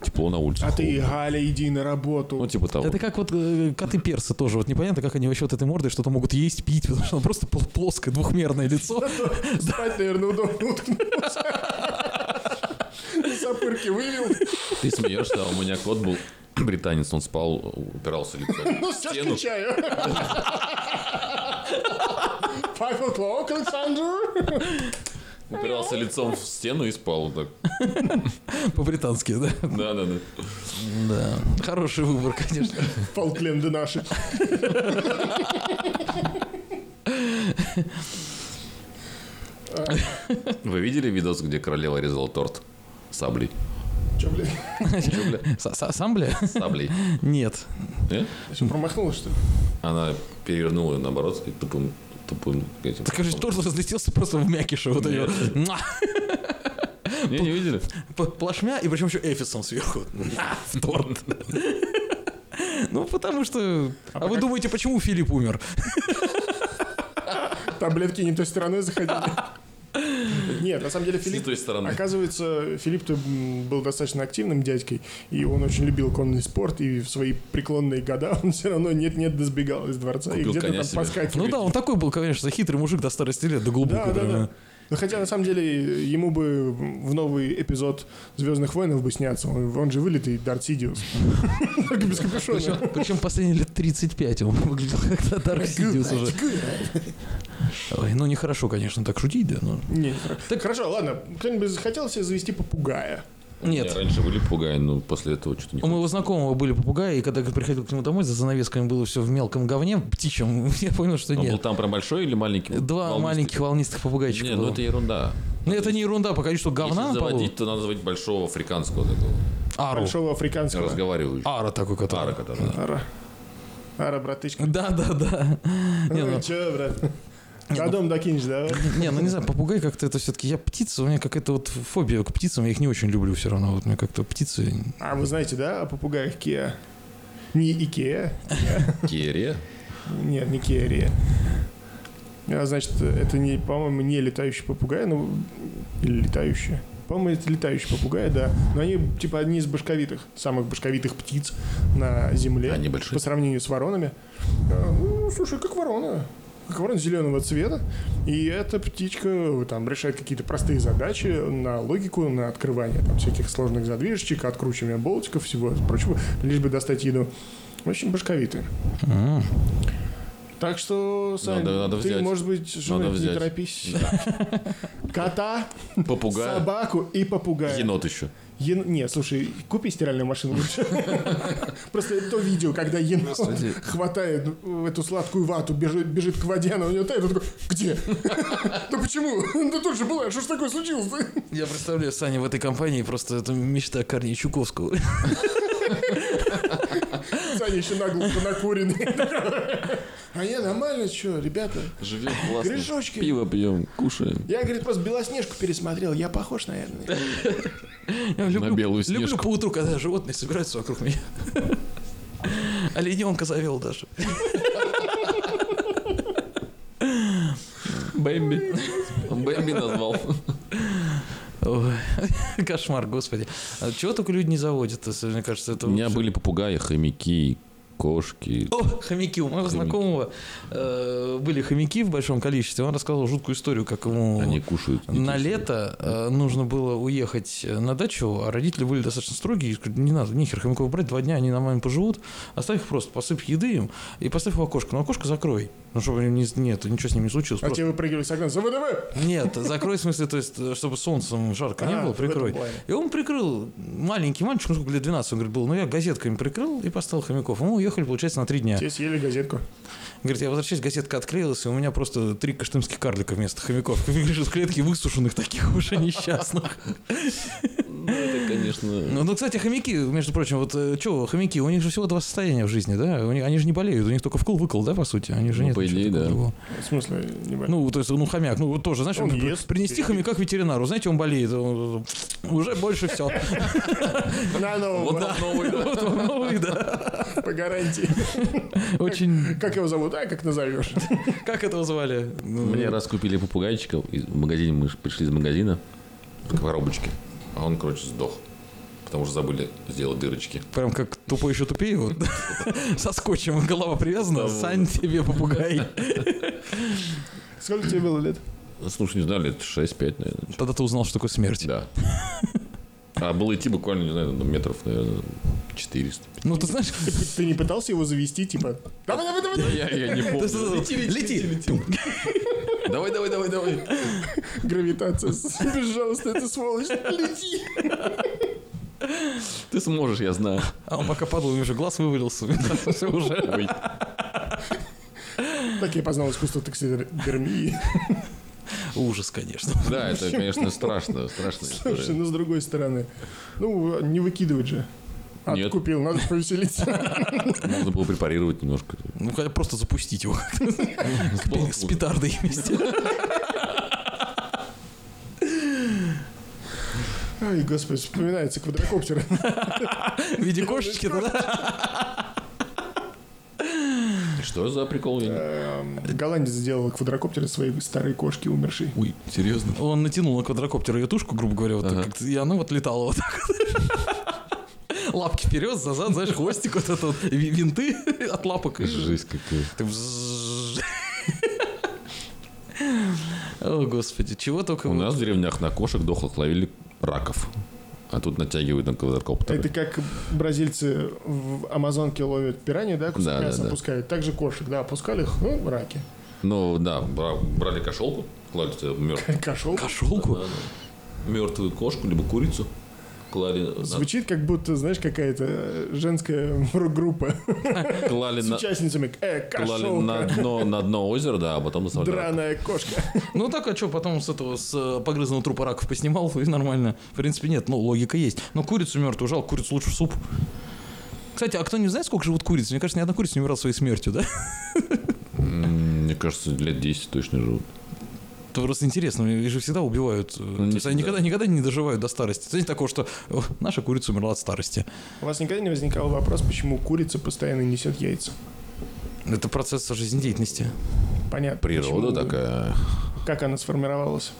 [SPEAKER 3] тепло на улице.
[SPEAKER 4] А ты, А
[SPEAKER 3] холодно.
[SPEAKER 4] Галя, иди на работу.
[SPEAKER 3] Ну, типа того.
[SPEAKER 2] Это как вот э, коты перса тоже. Вот непонятно, как они вообще вот этой мордой что-то могут есть, пить, потому что оно просто пл- плоское, двухмерное лицо.
[SPEAKER 4] Спать, наверное, удобно уткнулся. Сапырки вывел.
[SPEAKER 3] Ты смеешься, а у меня кот был британец, он спал, упирался лицом.
[SPEAKER 4] Ну, сейчас
[SPEAKER 3] Стену.
[SPEAKER 4] включаю. Павел Клок, Александр.
[SPEAKER 3] Упирался лицом в стену и спал вот так.
[SPEAKER 2] По-британски, да?
[SPEAKER 3] Да-да-да.
[SPEAKER 2] Да. Хороший выбор, конечно.
[SPEAKER 4] Фолкленды наши.
[SPEAKER 3] Вы видели видос, где королева резала торт? Саблей.
[SPEAKER 4] Че, блин?
[SPEAKER 3] Чё, бля?
[SPEAKER 2] С- с- Сам, бля?
[SPEAKER 3] Саблей.
[SPEAKER 2] Нет.
[SPEAKER 3] Э?
[SPEAKER 4] Все, промахнулась, что ли?
[SPEAKER 3] Она перевернула ее наоборот и тупым тупым этим.
[SPEAKER 2] Так, короче, торт разлетелся просто в мякише. Вот ее. Муа!
[SPEAKER 3] Не, не видели?
[SPEAKER 2] П- Плашмя, и причем еще эфисом сверху. На, в торт. Ну, потому что... А вы думаете, почему Филипп умер?
[SPEAKER 4] Таблетки не той стороной заходили. Нет, на самом деле
[SPEAKER 3] С не
[SPEAKER 4] Филипп...
[SPEAKER 3] той
[SPEAKER 2] а
[SPEAKER 3] стороны.
[SPEAKER 4] Оказывается, Филипп-то м, был достаточно активным дядькой, и он очень любил конный спорт, и в свои преклонные года он все равно нет-нет да сбегал из дворца, и
[SPEAKER 3] Купил
[SPEAKER 4] где-то
[SPEAKER 3] коня
[SPEAKER 4] там
[SPEAKER 3] себе.
[SPEAKER 4] поскакивал.
[SPEAKER 2] Ну да, он такой был, конечно, хитрый мужик до старости лет, до
[SPEAKER 4] Да,
[SPEAKER 2] глубокой.
[SPEAKER 4] да,
[SPEAKER 2] прям,
[SPEAKER 4] да. Ну, хотя, на самом деле, ему бы в новый эпизод «Звездных войнов» бы сняться. Он, он же вылитый Дарт Сидиус. Только без капюшона.
[SPEAKER 2] Причем, причем последние лет 35 он выглядел как-то Дарк Сидиус уже. Ой, ну нехорошо, конечно, так шутить, да, но...
[SPEAKER 4] Не, так хорошо, ладно. Кто-нибудь захотел себе завести попугая?
[SPEAKER 3] У меня
[SPEAKER 2] Нет.
[SPEAKER 3] Раньше были попугаи, но после этого что-то не
[SPEAKER 2] У моего знакомого были попугаи, и когда я приходил к нему домой, за занавесками было все в мелком говне птичьем, я понял, что
[SPEAKER 3] Он был
[SPEAKER 2] нет.
[SPEAKER 3] там прям большой или маленький?
[SPEAKER 2] Два
[SPEAKER 3] Волнистый?
[SPEAKER 2] маленьких волнистых попугайчика
[SPEAKER 3] Не, ну
[SPEAKER 2] было.
[SPEAKER 3] это ерунда.
[SPEAKER 2] Ну, это не ерунда, по количеству говна
[SPEAKER 3] Если
[SPEAKER 2] на полу.
[SPEAKER 3] заводить, то надо заводить большого африканского такого.
[SPEAKER 2] Ару.
[SPEAKER 4] Большого африканского.
[SPEAKER 3] Разговаривающего.
[SPEAKER 2] Ара такой, который.
[SPEAKER 3] Пара, который. да.
[SPEAKER 4] Ара. Ара, братышка.
[SPEAKER 2] Да, да, да. Не,
[SPEAKER 4] Ну,
[SPEAKER 2] ну,
[SPEAKER 4] чё, брат? На дом докинешь, да?
[SPEAKER 2] не, ну не знаю, попугай как-то это все-таки. Я птица, у меня какая-то вот фобия к птицам, я их не очень люблю все равно. Вот мне как-то птицы.
[SPEAKER 4] А вы знаете, да, о попугаях Киа? Не Икея?
[SPEAKER 3] Кере.
[SPEAKER 4] Нет, не Киа Риа. А, Значит, это, не, по-моему, не летающий попугай, ну, или летающий. По-моему, это летающий попугай, да. Но они, типа, одни из башковитых, самых башковитых птиц на Земле.
[SPEAKER 3] Они большие.
[SPEAKER 4] По сравнению с воронами. А, Ну, слушай, как ворона. Как ворона зеленого цвета. И эта птичка э, там решает какие-то простые задачи на логику, на открывание там, всяких сложных задвижечек, откручивание болтиков, всего прочего, лишь бы достать еду. Очень башковитые.
[SPEAKER 2] М.
[SPEAKER 4] Так что, Сань,
[SPEAKER 3] Надо- надо
[SPEAKER 4] ты,
[SPEAKER 3] взять.
[SPEAKER 4] может быть, Жулик,
[SPEAKER 3] Надо
[SPEAKER 4] не
[SPEAKER 3] взять.
[SPEAKER 4] торопись. Кота,
[SPEAKER 3] Попугай.
[SPEAKER 4] собаку и попугая.
[SPEAKER 3] Енот еще.
[SPEAKER 4] Ен- Не, слушай, купи стиральную машину лучше. Просто то видео, когда енот хватает эту сладкую вату, бежит, бежит к воде, она у него тает, он такой, где? Да почему? Да тут же была, что ж такое случилось?
[SPEAKER 2] Я представляю Саня в этой компании, просто это мечта Корнея Чуковского.
[SPEAKER 4] Саня еще наглухо накуренный. А я нормально, что, ребята?
[SPEAKER 3] Живем классно.
[SPEAKER 4] Грешочки.
[SPEAKER 3] Пиво пьем, кушаем.
[SPEAKER 4] Я, говорит, просто Белоснежку пересмотрел, я похож, наверное.
[SPEAKER 2] Я люблю,
[SPEAKER 3] белую
[SPEAKER 2] люблю
[SPEAKER 3] снежку.
[SPEAKER 2] поутру, когда животные собираются вокруг меня. Олененка завел даже.
[SPEAKER 3] Бэмби. Бэмби назвал.
[SPEAKER 2] Ой, кошмар, господи. А Чего только люди не заводят, то есть, мне кажется, это
[SPEAKER 3] У меня
[SPEAKER 2] вообще-
[SPEAKER 3] были попугаи, хомяки, кошки.
[SPEAKER 2] О, хомяки. У моего
[SPEAKER 3] Хомяки.
[SPEAKER 2] знакомого э, были хомяки в большом количестве. Он рассказал жуткую историю, как ему
[SPEAKER 3] Они кушают.
[SPEAKER 2] на лето э, нужно было уехать э, на дачу, а родители были достаточно строгие. и сказали, Не надо, нихер хомяков брать, два дня они на маме поживут. Оставь их просто, посыпь еды им и поставь в окошко. Но окошко закрой. Ну, чтобы они не- нет, ничего с ним не случилось.
[SPEAKER 4] А
[SPEAKER 2] просто-
[SPEAKER 4] тебе выпрыгивали с окна, за ВДВ!
[SPEAKER 2] Нет, закрой, в смысле, то есть, э, чтобы солнцем жарко не
[SPEAKER 4] А,
[SPEAKER 2] было,
[SPEAKER 4] в этом
[SPEAKER 2] прикрой.
[SPEAKER 4] плане.
[SPEAKER 2] И он прикрыл, маленький мальчик, ну сколько лет, 12, он говорит, был, ну я газетками прикрыл и поставил хомяков. И Мы уехали, получается, на три дня.
[SPEAKER 4] Те съели газетку.
[SPEAKER 2] Говорит, я возвращаюсь, газетка отклеилась, и у меня просто три каштымских карлика вместо хомяков. Как из клетки высушенных таких уже несчастных.
[SPEAKER 3] Ну, это, конечно...
[SPEAKER 2] Ну, ну, кстати, хомяки, между прочим, вот что, хомяки, у них же всего два состояния в жизни, да? У них- Они же не болеют, у них только вкл-выкл, да, по сути? Они же
[SPEAKER 3] Ну,
[SPEAKER 2] нет
[SPEAKER 3] по
[SPEAKER 2] ничего
[SPEAKER 3] идее,
[SPEAKER 2] такого
[SPEAKER 3] да.
[SPEAKER 2] другого.
[SPEAKER 4] В смысле, не понял.
[SPEAKER 2] Ну, то есть, ну, хомяк, ну, вот тоже, знаешь,
[SPEAKER 4] Он
[SPEAKER 2] при-
[SPEAKER 4] ест,
[SPEAKER 2] принести
[SPEAKER 4] ест.
[SPEAKER 2] хомяка к ветеринару, знаете, он болеет, он- уже больше все.
[SPEAKER 4] На нового,
[SPEAKER 3] Вот так новый, да.
[SPEAKER 2] Вот вам новый, да.
[SPEAKER 4] по гарантии.
[SPEAKER 2] Очень...
[SPEAKER 4] Как его зовут? А, как назовешь?
[SPEAKER 2] Как этого звали? Ну,
[SPEAKER 3] Мне раз купили попугайчика, и в магазине мы ж пришли из магазина, в коробочке, а он, короче, сдох. Потому что забыли сделать дырочки.
[SPEAKER 2] Прям как тупой еще тупее, вот. Со скотчем голова привязана, Сань тебе попугай.
[SPEAKER 4] Сколько тебе было лет?
[SPEAKER 3] Слушай, не знаю, лет 6-5, наверное.
[SPEAKER 2] Тогда ты узнал, что такое смерть.
[SPEAKER 3] Да. А было идти буквально, не знаю, ну, метров, наверное, 400.
[SPEAKER 2] Ну, ты знаешь...
[SPEAKER 4] Ты, ты не пытался его завести, типа... Давай, давай, давай, давай.
[SPEAKER 3] Я, я не
[SPEAKER 2] Да что
[SPEAKER 3] помню.
[SPEAKER 2] за- Лети! Тюм.
[SPEAKER 3] Давай, давай, давай, давай.
[SPEAKER 4] Гравитация. с- Пожалуйста, это сволочь. Лети.
[SPEAKER 3] Ты сможешь, я знаю.
[SPEAKER 2] А он пока падал, у него уже глаз вывалился. Всё уже.
[SPEAKER 3] Ой.
[SPEAKER 4] Так я познал искусство таксидермии.
[SPEAKER 2] Ужас, конечно.
[SPEAKER 3] Да, это, конечно, страшно, страшно.
[SPEAKER 4] Слушай, ну с другой стороны, ну не выкидывать же.
[SPEAKER 3] Нет.
[SPEAKER 4] Откупил, надо же повеселиться. ну-
[SPEAKER 3] Можно было препарировать немножко.
[SPEAKER 2] Ну, хотя просто запустить его с петардой вместе.
[SPEAKER 4] Ай, господи, вспоминается квадрокоптер.
[SPEAKER 2] В виде кошечки, да?
[SPEAKER 3] Что за прикол? Я не-
[SPEAKER 4] Эм, Голландец сделал квадрокоптер из своей старой кошки умершей.
[SPEAKER 3] Ой, серьезно?
[SPEAKER 2] Он натянул на квадрокоптер ее тушку, грубо говоря, вот так
[SPEAKER 3] Ага.
[SPEAKER 2] как-то, и она вот летала вот так вот. Лапки вперед, назад, знаешь, хвостик вот этот, вот, ви- винты от лапок.
[SPEAKER 3] Жесть какая.
[SPEAKER 2] Ты вззззж. О, господи, чего только...
[SPEAKER 3] У
[SPEAKER 2] вот.
[SPEAKER 3] нас в деревнях на кошек дохлых ловили раков. А тут натягивают на квадрокоптеры.
[SPEAKER 4] Это как бразильцы в Амазонке ловят пираньи, да, кусок
[SPEAKER 3] Да, да,
[SPEAKER 4] мяса
[SPEAKER 3] да.
[SPEAKER 4] опускают. Также кошек, да, опускали, их, ну, раки.
[SPEAKER 3] Ну, да, бра- брали кошелку, клали мертвую.
[SPEAKER 4] Кошел.
[SPEAKER 2] Кошелку?
[SPEAKER 3] Мертвую кошку, либо курицу. Клали на,
[SPEAKER 4] Звучит как будто, знаешь, какая-то э, женская рок-группа
[SPEAKER 3] клали
[SPEAKER 4] с
[SPEAKER 3] на-
[SPEAKER 4] участницами. Э,
[SPEAKER 3] клали на
[SPEAKER 4] кошелка,
[SPEAKER 3] дно, на дно озера, да, а потом оставляли рака.
[SPEAKER 4] драная кошка.
[SPEAKER 2] Ну так, а что, потом с этого, с э, погрызанного трупа раков поснимал, и нормально. В принципе, нет, ну, логика есть. Но курицу мертвую, жалко, курицу лучше в суп. Кстати, а кто не знает, сколько живут курицы? Мне кажется, ни одна курица не умирала своей смертью, да?
[SPEAKER 3] М, Мне кажется, лет 10 точно живут.
[SPEAKER 2] Это просто интересно, их же всегда убивают. э, То
[SPEAKER 3] не
[SPEAKER 2] есть они
[SPEAKER 3] всегда.
[SPEAKER 2] никогда, никогда не доживают до старости. Знаете, такого, что «О, наша курица умерла от старости.
[SPEAKER 4] У вас никогда не возникал вопрос, почему курица постоянно несет яйца?
[SPEAKER 2] Это процесс жизнедеятельности.
[SPEAKER 4] Понятно.
[SPEAKER 3] Природа
[SPEAKER 4] почему,
[SPEAKER 3] такая.
[SPEAKER 4] Как она сформировалась?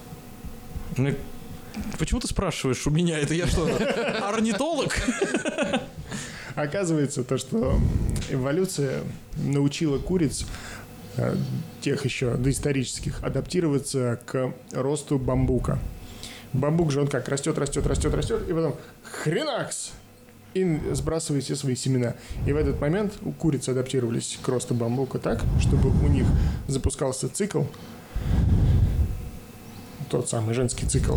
[SPEAKER 2] Ну, Почему ты спрашиваешь у меня? Это я что, орнитолог?
[SPEAKER 4] Оказывается, то, что эволюция научила куриц э, тех еще доисторических адаптироваться к росту бамбука. Бамбук же он как растет, растет, растет, растет, и потом хренакс! И сбрасывает все свои семена. И в этот момент у курицы адаптировались к росту бамбука так, чтобы у них запускался цикл, тот самый женский цикл,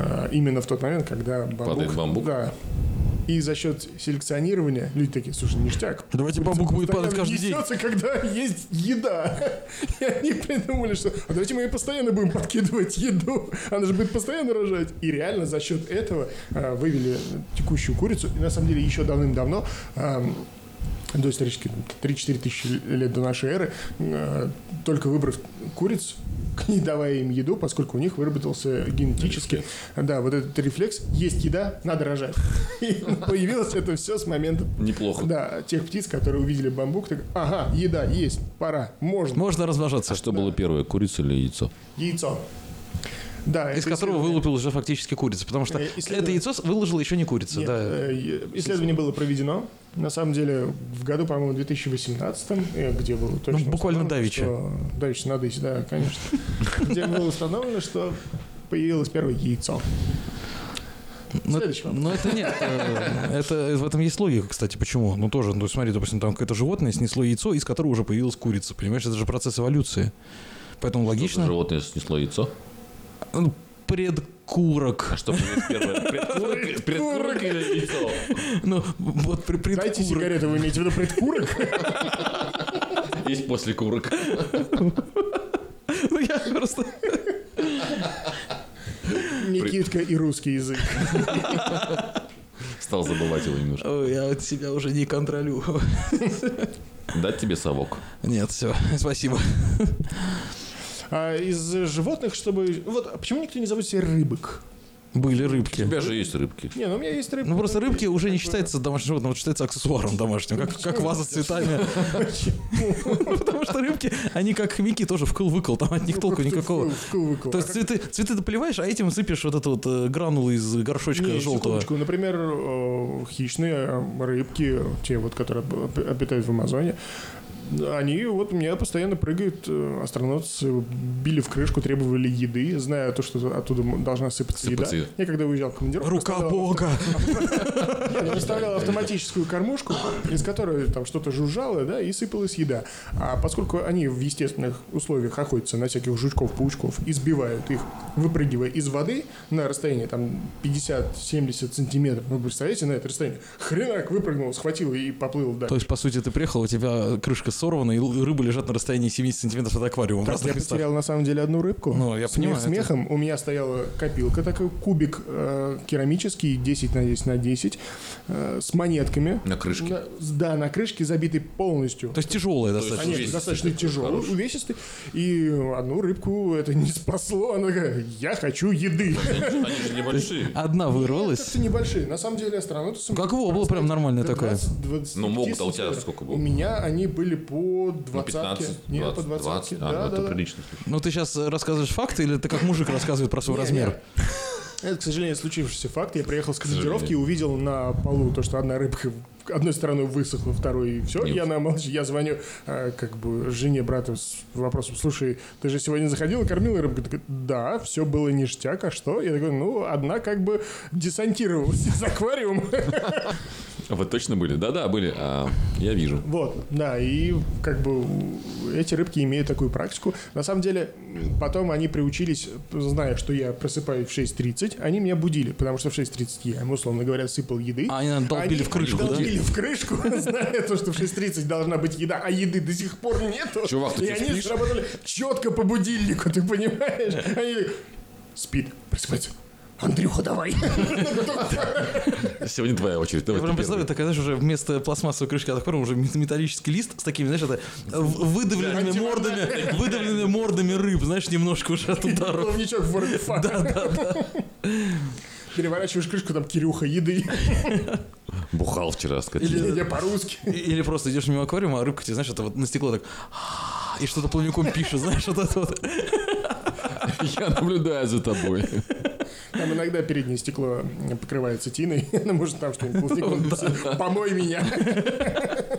[SPEAKER 4] э, именно в тот момент, когда бамбук...
[SPEAKER 3] Падает бамбук?
[SPEAKER 4] Да, и за счет селекционирования люди такие, слушай, ништяк.
[SPEAKER 2] Давайте бамбук будет падать каждый день.
[SPEAKER 4] Постоянно несется, когда есть еда. И они придумали, что а давайте мы ей постоянно будем подкидывать еду. Она же будет постоянно рожать. И реально за счет этого а, вывели текущую курицу. И на самом деле еще давным-давно ам, до исторически 3-4 тысячи лет до нашей эры, э, только выбрав куриц, не давая им еду, поскольку у них выработался генетически, да, вот этот рефлекс, есть еда, надо рожать. И появилось это все с момента,
[SPEAKER 3] Неплохо.
[SPEAKER 4] да, тех птиц, которые увидели бамбук, так, ага, еда есть, пора, можно,
[SPEAKER 2] Можно размножаться.
[SPEAKER 3] А что было первое, курица или яйцо?
[SPEAKER 4] яйцо. Да, А
[SPEAKER 2] Из
[SPEAKER 4] это
[SPEAKER 2] которого
[SPEAKER 4] исследование.
[SPEAKER 2] вылупил уже фактически курица, потому что
[SPEAKER 4] Э,
[SPEAKER 2] это
[SPEAKER 4] исследование.
[SPEAKER 2] яйцо с- выложила еще не курица,
[SPEAKER 4] Нет,
[SPEAKER 2] да.
[SPEAKER 4] э, е- исследование было проведено, на самом деле, в году, по-моему, 2018, э, где было точно...
[SPEAKER 2] Ну, буквально
[SPEAKER 4] установлено,
[SPEAKER 2] давеча.
[SPEAKER 4] что- Давеча на дысь, да, конечно. Где было установлено, что появилось первое яйцо.
[SPEAKER 2] Но,
[SPEAKER 4] следующий вопрос.
[SPEAKER 2] но Ну, это нет. э, Это, в этом есть логика, кстати, почему. Ну тоже, ну смотри, допустим, там какое-то животное снесло яйцо, из которого уже появилась курица, понимаешь, это же процесс эволюции. Поэтому
[SPEAKER 3] Что-то
[SPEAKER 2] логично.
[SPEAKER 3] Животное снесло яйцо.
[SPEAKER 2] Ну, Предкурок.
[SPEAKER 3] А что появилось первое? Предкурок- Предкурок или яйцо?
[SPEAKER 2] Ну, вот при-
[SPEAKER 4] Дайте
[SPEAKER 2] предкурок.
[SPEAKER 4] сигареты, вы имеете в виду предкурок?
[SPEAKER 3] Есть после курок.
[SPEAKER 2] Ну, я просто...
[SPEAKER 4] Никитка и русский язык.
[SPEAKER 3] Стал забывать его немножко.
[SPEAKER 2] Ой, я от себя уже не контролю.
[SPEAKER 3] Дать тебе совок.
[SPEAKER 2] Нет, все, спасибо.
[SPEAKER 4] А из животных, чтобы... Вот а почему никто не зовут себе рыбок?
[SPEAKER 2] Были
[SPEAKER 3] У
[SPEAKER 2] рыбки.
[SPEAKER 3] тебя же есть рыбки.
[SPEAKER 4] Не, ну у меня есть рыбки.
[SPEAKER 2] Ну просто рыбки уже не считаются домашним животным, вот считается аксессуаром домашним, как, как ваза с цветами. Потому что рыбки, они как хомяки, тоже вкл-выкл, там от них
[SPEAKER 4] Ну,
[SPEAKER 2] толку никакого. То
[SPEAKER 4] А
[SPEAKER 2] есть цветы, цветы ты поливаешь, а этим сыпешь вот эту вот э, гранулу из горшочка
[SPEAKER 4] Не,
[SPEAKER 2] желтого.
[SPEAKER 4] секундочку. Например, э, хищные э, рыбки, те вот, которые об- обитают в Амазоне, Они вот у меня постоянно прыгают, э, астронавты били в крышку, требовали еды, зная то, что оттуда м- должна сыпаться,
[SPEAKER 3] Сыпаться
[SPEAKER 4] еда.
[SPEAKER 3] еда.
[SPEAKER 4] Я когда уезжал в командировку...
[SPEAKER 2] Рука
[SPEAKER 4] оставлял-
[SPEAKER 2] Бога!
[SPEAKER 4] Я выставлял автоматическую кормушку, из которой там что-то жужжало, да, и сыпалась еда. А поскольку они в естественных условиях охотятся на всяких жучков, паучков, избивают их, выпрыгивая из воды на расстоянии там 50-70 сантиметров. Ну, представляете, на это расстояние. Хренак выпрыгнул, схватил и поплыл
[SPEAKER 2] То
[SPEAKER 4] дальше.
[SPEAKER 2] есть, по сути, ты приехал, у тебя крышка сорвана, и л- рыбы лежат на расстоянии 70 сантиметров от аквариума.
[SPEAKER 4] Так,
[SPEAKER 2] Просто
[SPEAKER 4] я
[SPEAKER 2] представь.
[SPEAKER 4] потерял на самом деле одну рыбку.
[SPEAKER 2] Ну, я
[SPEAKER 4] Смех
[SPEAKER 2] понимаю, это-
[SPEAKER 4] смехом. У меня стояла копилка, такой кубик э, керамический, 10 на 10 на 10, э, с монетками.
[SPEAKER 3] На крышке.
[SPEAKER 4] На- с- да, на крышке забитой полностью.
[SPEAKER 2] То есть тяжелая
[SPEAKER 3] есть
[SPEAKER 2] достаточно.
[SPEAKER 4] Конечно,
[SPEAKER 3] увесистый
[SPEAKER 4] достаточно
[SPEAKER 3] такой,
[SPEAKER 4] тяжелый,
[SPEAKER 3] хороший.
[SPEAKER 4] увесистый. И одну рыбку это не спасло. Она такая, я хочу еды.
[SPEAKER 3] Они же небольшие.
[SPEAKER 2] Одна вырвалась.
[SPEAKER 4] Это небольшие. На самом деле астронавты...
[SPEAKER 2] Как вобла прям нормальная такая.
[SPEAKER 3] Ну, могут, а у тебя сколько было?
[SPEAKER 4] У меня они были по
[SPEAKER 3] Ну,
[SPEAKER 4] двадцатке.
[SPEAKER 3] 15,
[SPEAKER 4] Нет, по
[SPEAKER 3] 20,
[SPEAKER 4] 20.
[SPEAKER 3] 20. А,
[SPEAKER 4] Да,
[SPEAKER 3] ну,
[SPEAKER 4] да,
[SPEAKER 3] это
[SPEAKER 4] да.
[SPEAKER 3] прилично. слушай.
[SPEAKER 2] Ну, ты сейчас рассказываешь факты, или ты как мужик рассказывает про свой
[SPEAKER 4] Не,
[SPEAKER 2] размер?
[SPEAKER 4] не. Это, к сожалению, случившийся факт. Я приехал с
[SPEAKER 3] сожалению.
[SPEAKER 4] командировки и увидел на полу то, что одна рыбка в- одной стороной высохла, второй и все.
[SPEAKER 3] Нет.
[SPEAKER 4] Я на молча- я звоню э, как бы жене брата с вопросом, слушай, ты же сегодня заходил и кормил рыбку? Такая, да, все было ништяк, а что? Я такой, ну, одна как бы десантировалась из аквариума.
[SPEAKER 3] А Вы точно были? Да-да, были. А, Я вижу.
[SPEAKER 4] Вот, да, и как бы у- эти рыбки имеют такую практику. На самом деле, м, потом они приучились, зная, что я просыпаюсь в 6.30, они меня будили, потому что в 6.30 я им, условно говоря, сыпал еды.
[SPEAKER 2] А они нам долбили в крышку, да?
[SPEAKER 4] долбили в крышку, зная то, что в 6.30 должна быть еда, а еды до сих пор нету.
[SPEAKER 3] Чувак, ты
[SPEAKER 4] И
[SPEAKER 3] чё,
[SPEAKER 4] они
[SPEAKER 3] спишь?
[SPEAKER 4] сработали четко по будильнику, ты понимаешь? Они спит, просыпается. Андрюха, давай.
[SPEAKER 3] Сегодня твоя очередь. Давай
[SPEAKER 2] Я прям
[SPEAKER 3] ты первый.
[SPEAKER 2] представляю, такая, знаешь, уже вместо пластмассовой крышки от аквариума уже мет- металлический лист с такими, знаешь, это э, в- выдавленными мордами, выдавленными мордами рыб, знаешь, немножко уже от ударов.
[SPEAKER 4] Плавничок в Wargaming. Переворачиваешь крышку, там Кирюха, еды.
[SPEAKER 3] Бухал вчера, сказать.
[SPEAKER 4] Или я по-русски.
[SPEAKER 2] И- Или просто идешь мимо аквариума, а рыбка тебе, знаешь, это вот на стекло так и что-то плавником пишет, знаешь, вот это вот.
[SPEAKER 3] Я наблюдаю за тобой.
[SPEAKER 4] Там иногда переднее стекло покрывается тиной. Ну, может, там что-нибудь пластиком написано. Помой меня.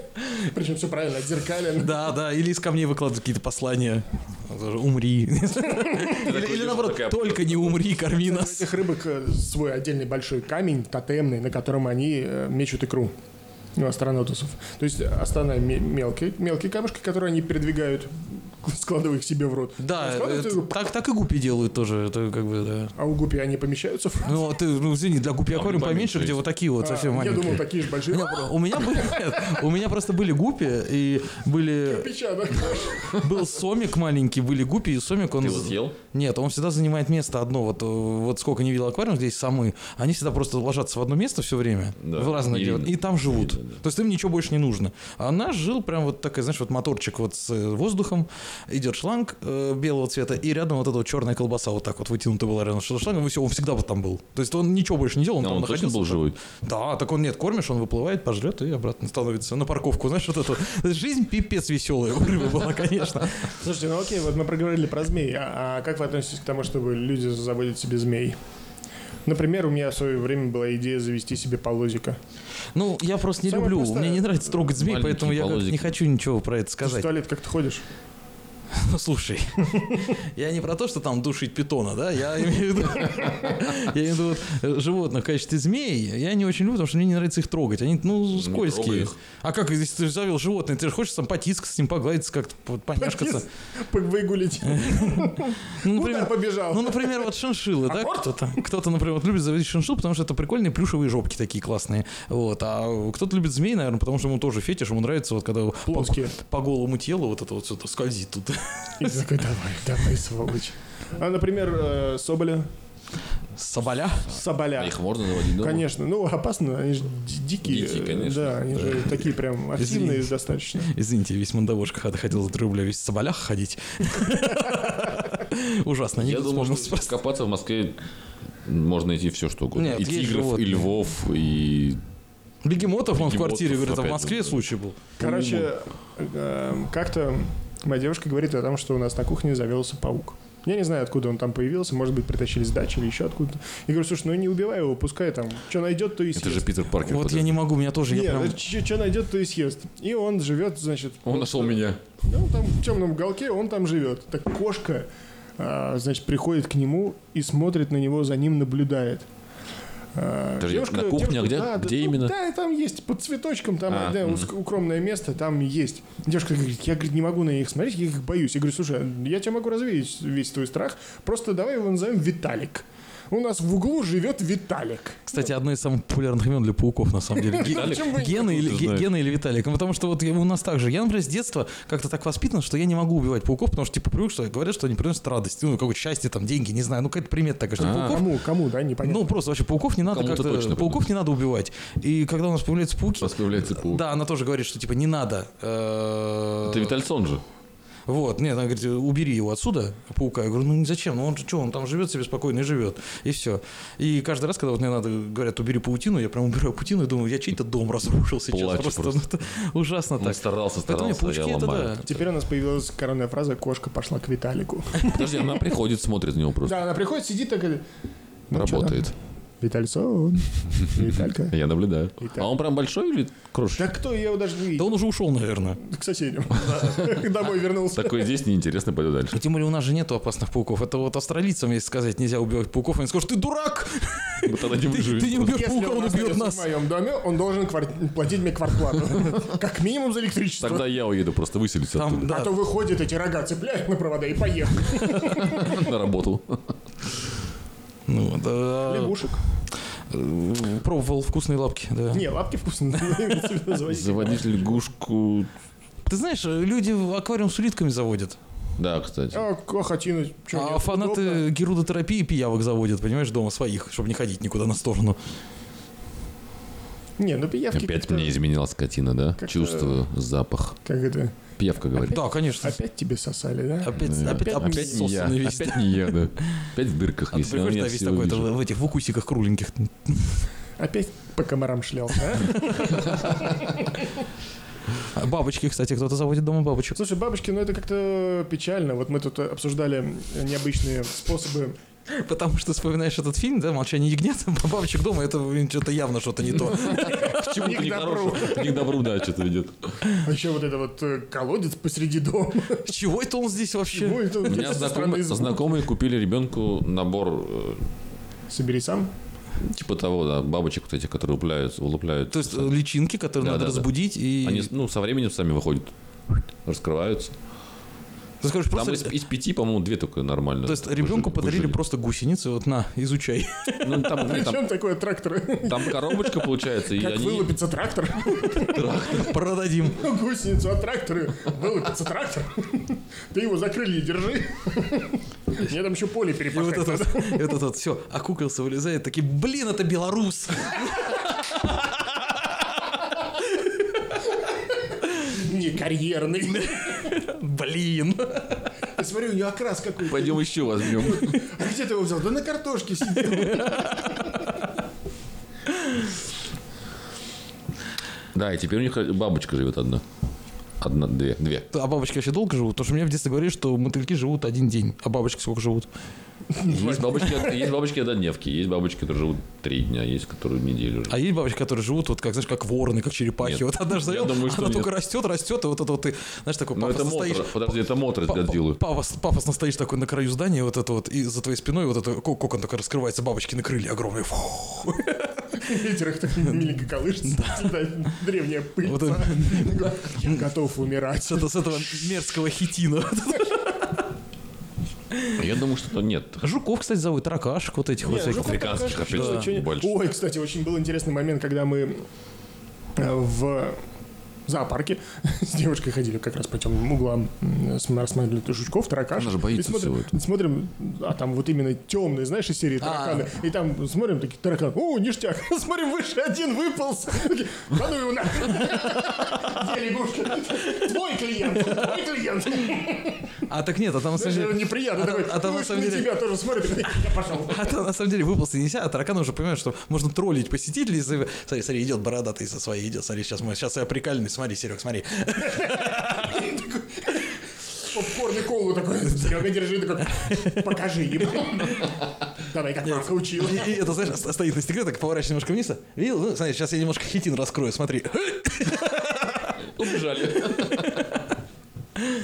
[SPEAKER 4] Причем все правильно, отзеркален.
[SPEAKER 2] Да, да, или из камней выкладывают какие-то послания. Даже Умри. Или или наоборот,
[SPEAKER 3] такая-
[SPEAKER 2] только не умри, корми
[SPEAKER 4] У
[SPEAKER 2] нас.
[SPEAKER 4] этих рыбок э, свой отдельный большой камень, тотемный, на котором они э, мечут икру. Ну, астронавтусов. То есть остальные ме- мелкие, мелкие камушки, которые они передвигают, складывая их себе в рот.
[SPEAKER 2] Да,
[SPEAKER 4] Складывают,
[SPEAKER 2] это-
[SPEAKER 4] и
[SPEAKER 2] так, так и гупи делают тоже, это как бы, да.
[SPEAKER 4] А у гупи они помещаются в рот?
[SPEAKER 2] Ну, а ты, ну, извини, для гупи аквариум
[SPEAKER 3] поменьше
[SPEAKER 2] поменьше, где
[SPEAKER 3] есть.
[SPEAKER 2] вот такие вот совсем
[SPEAKER 4] А, Я
[SPEAKER 2] маленькие. Ну,
[SPEAKER 4] думал, такие же большие.
[SPEAKER 2] У меня были, нет, у меня просто были гупи и были
[SPEAKER 4] Печаток.
[SPEAKER 2] был сомик маленький, были гупи и сомик он
[SPEAKER 3] Ты его съел?
[SPEAKER 2] нет, он всегда занимает место одно вот э, вот сколько не видел аквариум здесь самы, они всегда просто ложатся в одно место все время
[SPEAKER 3] Да,
[SPEAKER 2] в разное
[SPEAKER 3] не
[SPEAKER 2] где-
[SPEAKER 3] видно.
[SPEAKER 2] и там живут,
[SPEAKER 3] видно, да.
[SPEAKER 2] то есть им ничего больше не нужно. А она жил прям вот такая, знаешь, вот моторчик вот с э, воздухом идет шланг э, белого цвета и рядом вот эта вот черная колбаса вот так вот вытянута была рядом с шлангом и все, он всегда вот там был, то есть он ничего больше не делал, он
[SPEAKER 3] А
[SPEAKER 2] там
[SPEAKER 3] он точно
[SPEAKER 2] находился.
[SPEAKER 3] был живой?
[SPEAKER 2] Да, так он нет, кормишь, он выплывает, пожрет и обратно становится на парковку. Знаешь, вот это. вот. Жизнь пипец веселая у рыбы была, конечно.
[SPEAKER 4] Слушайте, ну окей, вот мы проговорили про змей. А, а как вы относитесь к тому, чтобы люди заводят себе змей? Например, у меня в свое время была идея завести себе полозика.
[SPEAKER 2] Ну, я просто не
[SPEAKER 4] Самое
[SPEAKER 2] люблю.
[SPEAKER 4] простое.
[SPEAKER 2] Мне не нравится трогать змей,
[SPEAKER 3] Маленькие
[SPEAKER 2] поэтому я как-то не
[SPEAKER 3] полозики.
[SPEAKER 2] хочу ничего про это
[SPEAKER 4] Ты же в
[SPEAKER 2] сказать.
[SPEAKER 4] туалет как ты ходишь?
[SPEAKER 2] Ну, слушай, я не про то, что там душить питона, да, я имею в виду, я имею в виду вот, э, животных в качестве змей, я не очень люблю, потому что мне не нравится их трогать, они, ну,
[SPEAKER 3] трогай
[SPEAKER 2] скользкие.
[SPEAKER 3] их.
[SPEAKER 2] А как, если ты завел животное, ты же хочешь там потискаться с ним, погладиться как-то, вот, поняшкаться.
[SPEAKER 4] Выгулить.
[SPEAKER 2] Ну,
[SPEAKER 4] Куда
[SPEAKER 2] например,
[SPEAKER 4] побежал?
[SPEAKER 2] Ну, например, вот шиншиллы, да,
[SPEAKER 4] Апорт?
[SPEAKER 2] кто-то. Ну, Кто-то, например, вот любит заводить шиншилл, потому что это прикольные плюшевые жопки такие классные. Вот. А кто-то любит змей, наверное, потому что ему тоже фетиш, ему нравится, вот когда по,
[SPEAKER 4] Плоские.
[SPEAKER 2] по голому телу вот это вот что-то скользит тут.
[SPEAKER 4] И ты такой, давай, давай, сволочь. А, например, э, соболя.
[SPEAKER 2] Соболя.
[SPEAKER 3] А
[SPEAKER 4] Соболя.
[SPEAKER 3] их можно заводить дома?
[SPEAKER 4] Конечно, ну опасно, они же ди- дикие.
[SPEAKER 3] Дикие, конечно.
[SPEAKER 4] Да, они же такие прям активные достаточно.
[SPEAKER 2] Извините, весь мандавошка когда хотел за 3 рубля весь в соболях ходить. Ужасно.
[SPEAKER 3] Я
[SPEAKER 2] анекдот
[SPEAKER 3] думаю,
[SPEAKER 2] вспомнился
[SPEAKER 3] что
[SPEAKER 2] просто.
[SPEAKER 3] копаться в Москве можно найти все, что угодно.
[SPEAKER 2] Нет,
[SPEAKER 3] и
[SPEAKER 2] есть
[SPEAKER 3] тигров,
[SPEAKER 2] животные.
[SPEAKER 3] и львов, и...
[SPEAKER 2] Бегемотов он в
[SPEAKER 3] Бегемотов,
[SPEAKER 2] квартире, говорит, а в
[SPEAKER 3] опять
[SPEAKER 2] Москве
[SPEAKER 3] же, да.
[SPEAKER 2] случай был.
[SPEAKER 4] эм, Короче, э, как-то моя девушка говорит о том, что у нас на кухне завелся паук. Я не знаю, откуда он там появился, может быть, притащили с дачи или еще откуда-то. Я говорю, слушай, ну не убивай его, пускай там, что найдет, то и съест.
[SPEAKER 3] Это же Питер Паркер.
[SPEAKER 2] Вот я
[SPEAKER 3] подожди.
[SPEAKER 2] не могу, меня тоже, я прям...
[SPEAKER 4] что найдет, то и съест. И он живет, значит...
[SPEAKER 3] Он нашел
[SPEAKER 4] просто-
[SPEAKER 3] меня.
[SPEAKER 4] Ну, там в темном уголке, он там живет. Так кошка, а, значит, приходит к нему и смотрит на него, за ним наблюдает. А,
[SPEAKER 3] Подожди, на кухне, а где-
[SPEAKER 4] да, да,
[SPEAKER 3] где
[SPEAKER 4] ну,
[SPEAKER 3] именно?
[SPEAKER 4] Да, там есть, под цветочком, там
[SPEAKER 3] А,
[SPEAKER 4] да,
[SPEAKER 3] мгм.
[SPEAKER 4] уск- укромное место, там есть. Девушка говорит, я говорит, не могу на них смотреть, я их боюсь. Я говорю, слушай, я тебя могу развеять весь твой страх, просто давай его назовем Виталик. У нас в углу живет Виталик.
[SPEAKER 2] Кстати, одно из самых популярных имен для пауков, на самом деле. Ге-
[SPEAKER 3] Виталик?
[SPEAKER 2] Гена или,
[SPEAKER 3] Кто
[SPEAKER 2] Ге-
[SPEAKER 3] знает?
[SPEAKER 2] Гена или Виталик. Ну, потому что вот я- у нас так же. Я, например, с детства как-то так воспитан, что я не могу убивать пауков, потому что, типа, привык, что говорят, что они приносят радость. Ну, какое-то счастье, там, деньги, не знаю. Ну, какая-то примета такая, что
[SPEAKER 3] А,
[SPEAKER 2] пауков
[SPEAKER 4] Кому, кому, да, непонятно.
[SPEAKER 2] Ну, просто вообще пауков не надо
[SPEAKER 3] Кому-то
[SPEAKER 2] как-то...
[SPEAKER 3] точно
[SPEAKER 2] пауков не надо убивать. И когда у нас появляются
[SPEAKER 3] У
[SPEAKER 2] пауки...
[SPEAKER 3] нас появляется паук.
[SPEAKER 2] Да, она тоже говорит, что типа не надо. э,
[SPEAKER 3] Это Витальсон же.
[SPEAKER 2] Вот, нет, она говорит, убери его отсюда, паука. Я говорю, ну зачем? Ну он что, он там живет себе спокойно и живет. И все. И каждый раз, когда вот мне надо, говорят, убери паутину, я прям убираю паутину и думаю, я чей-то дом разрушил сейчас.
[SPEAKER 3] Плачу
[SPEAKER 2] Просто,
[SPEAKER 3] просто.
[SPEAKER 2] ну, это ужасно
[SPEAKER 3] Он
[SPEAKER 2] так.
[SPEAKER 3] старался,
[SPEAKER 2] Поэтому и
[SPEAKER 3] старался, я
[SPEAKER 2] паучки это
[SPEAKER 3] ломаю.
[SPEAKER 2] да.
[SPEAKER 4] Теперь у нас появилась коронная фраза «Кошка пошла к Виталику».
[SPEAKER 3] Подожди, она приходит, смотрит на него просто.
[SPEAKER 4] Да, она приходит, сидит так и... «Ну, чё там?
[SPEAKER 3] Работает.
[SPEAKER 4] Витальсон, Виталька.
[SPEAKER 3] Я наблюдаю.
[SPEAKER 4] Итак.
[SPEAKER 3] А он прям большой или
[SPEAKER 4] Да
[SPEAKER 3] крошечный?
[SPEAKER 4] кто, я его даже не
[SPEAKER 2] Да
[SPEAKER 4] видел.
[SPEAKER 2] он уже ушел, наверное.
[SPEAKER 4] К соседям. Домой вернулся.
[SPEAKER 3] Такой здесь неинтересно, пойду дальше.
[SPEAKER 2] И тем более у нас же нету опасных пауков. Это вот австралийцам, если сказать, нельзя убивать пауков, они скажут, ты дурак!
[SPEAKER 3] Вот тогда не
[SPEAKER 2] Ты,
[SPEAKER 3] выживет.
[SPEAKER 2] ты не убьешь
[SPEAKER 4] Если
[SPEAKER 2] паука, он убьет
[SPEAKER 4] остается
[SPEAKER 2] нас.
[SPEAKER 4] в моем доме, он должен квар- платить мне квартплату. Как минимум за
[SPEAKER 3] Тогда
[SPEAKER 4] электричество.
[SPEAKER 3] я уеду, просто выселюсь
[SPEAKER 2] Там,
[SPEAKER 3] оттуда.
[SPEAKER 2] да,
[SPEAKER 4] А то выходят эти рога, цепляют на провода и поехали.
[SPEAKER 3] На работу.
[SPEAKER 2] ну, да.
[SPEAKER 4] Лягушек.
[SPEAKER 2] Э, Пробовал вкусные лапки, да.
[SPEAKER 4] Не, лапки вкусные. заводить.
[SPEAKER 3] Заводить лягушку.
[SPEAKER 2] Ты знаешь, э, люди в аквариум с улитками заводят.
[SPEAKER 3] Да, кстати.
[SPEAKER 4] А, Кохотина, чё,
[SPEAKER 2] а
[SPEAKER 4] нет,
[SPEAKER 2] фанаты
[SPEAKER 4] удобно.
[SPEAKER 2] герудотерапии пиявок заводят, понимаешь, дома своих, чтобы не ходить никуда на сторону.
[SPEAKER 4] Не, ну пиявки...
[SPEAKER 3] Опять
[SPEAKER 4] как-то-
[SPEAKER 3] мне изменила скотина, да?
[SPEAKER 4] Как-то-
[SPEAKER 3] Чувствую запах.
[SPEAKER 4] Как это?
[SPEAKER 3] Пьявка говорит.
[SPEAKER 2] Да, конечно.
[SPEAKER 4] Опять тебе сосали, да?
[SPEAKER 2] Опять,
[SPEAKER 3] Да.
[SPEAKER 2] опять,
[SPEAKER 3] Опять не я.
[SPEAKER 2] обсосанный весь.
[SPEAKER 3] Опять не я, да. Опять в дырках
[SPEAKER 2] А ты
[SPEAKER 3] весь. но
[SPEAKER 2] приходишь,
[SPEAKER 3] я
[SPEAKER 2] да, весь
[SPEAKER 3] всё
[SPEAKER 2] такой, это
[SPEAKER 3] вижу.
[SPEAKER 2] в этих в укусиках кругленьких.
[SPEAKER 4] Опять по комарам шлял, да?
[SPEAKER 2] А Бабочки, кстати, кто-то заводит дома бабочек.
[SPEAKER 4] Слушай, бабочки, ну это как-то печально. Вот мы тут обсуждали необычные способы.
[SPEAKER 2] Потому что вспоминаешь этот фильм, да, «Молчание ягнят», а бабочек дома, это блин, что-то явно что-то не то.
[SPEAKER 3] К чему-то
[SPEAKER 4] Не к добру.
[SPEAKER 3] нехорошему. Не к добру, да, что-то ведет.
[SPEAKER 4] А еще вот это вот э, колодец посреди дома.
[SPEAKER 2] Чего это он здесь
[SPEAKER 4] Чего
[SPEAKER 2] вообще?
[SPEAKER 4] это
[SPEAKER 3] У
[SPEAKER 4] вот
[SPEAKER 3] меня
[SPEAKER 4] эти
[SPEAKER 3] знакомые,
[SPEAKER 4] странные звуки?
[SPEAKER 3] знакомые купили ребенку набор э,
[SPEAKER 4] Собери сам.
[SPEAKER 3] типа того, да, бабочек вот этих, которые улупляют, улупляют.
[SPEAKER 2] То есть э, личинки, которые
[SPEAKER 3] Да,
[SPEAKER 2] надо
[SPEAKER 3] да, да.
[SPEAKER 2] разбудить и...
[SPEAKER 3] Они, ну, со временем сами выходят, раскрываются.
[SPEAKER 2] Ты скажешь,
[SPEAKER 3] Там
[SPEAKER 2] просто...
[SPEAKER 3] из, из пяти, по-моему, две только нормально.
[SPEAKER 2] То есть ребенку
[SPEAKER 3] выжили-
[SPEAKER 2] подарили
[SPEAKER 3] выжили.
[SPEAKER 2] просто гусеницы, вот на, изучай.
[SPEAKER 3] Ну, там, нет, там-
[SPEAKER 4] Причем такое трактор?
[SPEAKER 3] там коробочка получается, и
[SPEAKER 4] Как
[SPEAKER 3] они...
[SPEAKER 4] вылупится трактор?
[SPEAKER 2] Продадим.
[SPEAKER 4] Ну, Гусеницу от трактора вылупится трактор. Ты его закрыли и держи. Мне там еще поле
[SPEAKER 2] И вот
[SPEAKER 4] перепахать.
[SPEAKER 2] этот,
[SPEAKER 4] надо.
[SPEAKER 2] вот, этот вот, все, окукался, вылезает, такие, блин, это белорус.
[SPEAKER 4] Не карьерный.
[SPEAKER 2] Блин.
[SPEAKER 4] Я смотрю, у него окрас какой-то.
[SPEAKER 3] Пойдем еще возьмем.
[SPEAKER 4] А где ты его взял? Да на картошке сидел.
[SPEAKER 3] Да, и теперь у них бабочка живет одна. Одна, две, две.
[SPEAKER 2] А бабочки вообще долго живут? Потому что мне в детстве говорили, что мотыльки живут один день. А бабочки сколько живут?
[SPEAKER 3] Есть бабочки, есть бабочки однодневки, есть бабочки, которые живут три дня, есть которые неделю живут.
[SPEAKER 2] А есть бабочки, которые живут, вот как, знаешь, как вороны, как черепахи.
[SPEAKER 3] Нет.
[SPEAKER 2] Вот одна же
[SPEAKER 3] Я
[SPEAKER 2] завел,
[SPEAKER 3] думаю, что
[SPEAKER 2] она
[SPEAKER 3] нет.
[SPEAKER 2] только растет, растет, и вот это вот ты, знаешь, такой
[SPEAKER 3] Но Ну, это
[SPEAKER 2] пафосно стоишь.
[SPEAKER 3] мотор, подожди, это мотор из
[SPEAKER 2] па-
[SPEAKER 3] Годзиллы.
[SPEAKER 2] па- пафос- Пафосно стоишь такой на краю здания, вот это вот, и за твоей спиной вот это, ко- кокон такой раскрывается, бабочки на крылья огромные. Фу.
[SPEAKER 4] Ветер их так миленько колышется. Да, Древняя пыль.
[SPEAKER 2] Вот это-
[SPEAKER 4] Я готов умирать.
[SPEAKER 2] С это- с этого мерзкого хитина.
[SPEAKER 3] Я думаю, что нет.
[SPEAKER 2] Жуков, кстати, зовут, таракашек вот этих вот
[SPEAKER 4] Не,
[SPEAKER 2] всяких.
[SPEAKER 4] жуков
[SPEAKER 3] Африканских,
[SPEAKER 4] покажешь,
[SPEAKER 3] опять же,
[SPEAKER 4] да. чё не-
[SPEAKER 3] больше.
[SPEAKER 4] Ой, кстати, очень был интересный момент, когда мы э, в зоопарке с девушкой ходили как раз по темным углам, м, см- рассматривали жучков, таракашек.
[SPEAKER 3] Она же боится
[SPEAKER 4] И смотрим,
[SPEAKER 3] всего
[SPEAKER 4] Смотрим, а там вот именно темные, знаешь, из
[SPEAKER 2] А.
[SPEAKER 4] серии тараканы. И там смотрим, такие тараканы, о, ништяк. Смотрим, выше один выполз. Такие, Да ну его нахрен. Где лягушка? Твой клиент, твой клиент.
[SPEAKER 2] А так нет, а там на самом деле...
[SPEAKER 4] Даже неприятно.
[SPEAKER 2] а
[SPEAKER 4] такой,
[SPEAKER 2] там- а там
[SPEAKER 4] «Ну,
[SPEAKER 2] на самом
[SPEAKER 4] на
[SPEAKER 2] деле-
[SPEAKER 4] тебя тоже смотрят. Я пошел.
[SPEAKER 2] А там, на самом деле выполз нельзя, а тараканы уже понимают, что можно троллить посетителей. если- Смотри, смотри, идет бородатый со своей, идет, смотри, сейчас мы, сейчас я прикольный, смотри, Серег, смотри.
[SPEAKER 4] Оп, Корный колу такой, Серега, держи, такой, покажи им. Давай, как Марка учил.
[SPEAKER 1] И, и это, знаешь, ст- стоит на стекле, так поворачивает немножко вниз. а, Видел? Ну, смотри, сейчас я немножко хитин раскрою, смотри.
[SPEAKER 3] Убежали.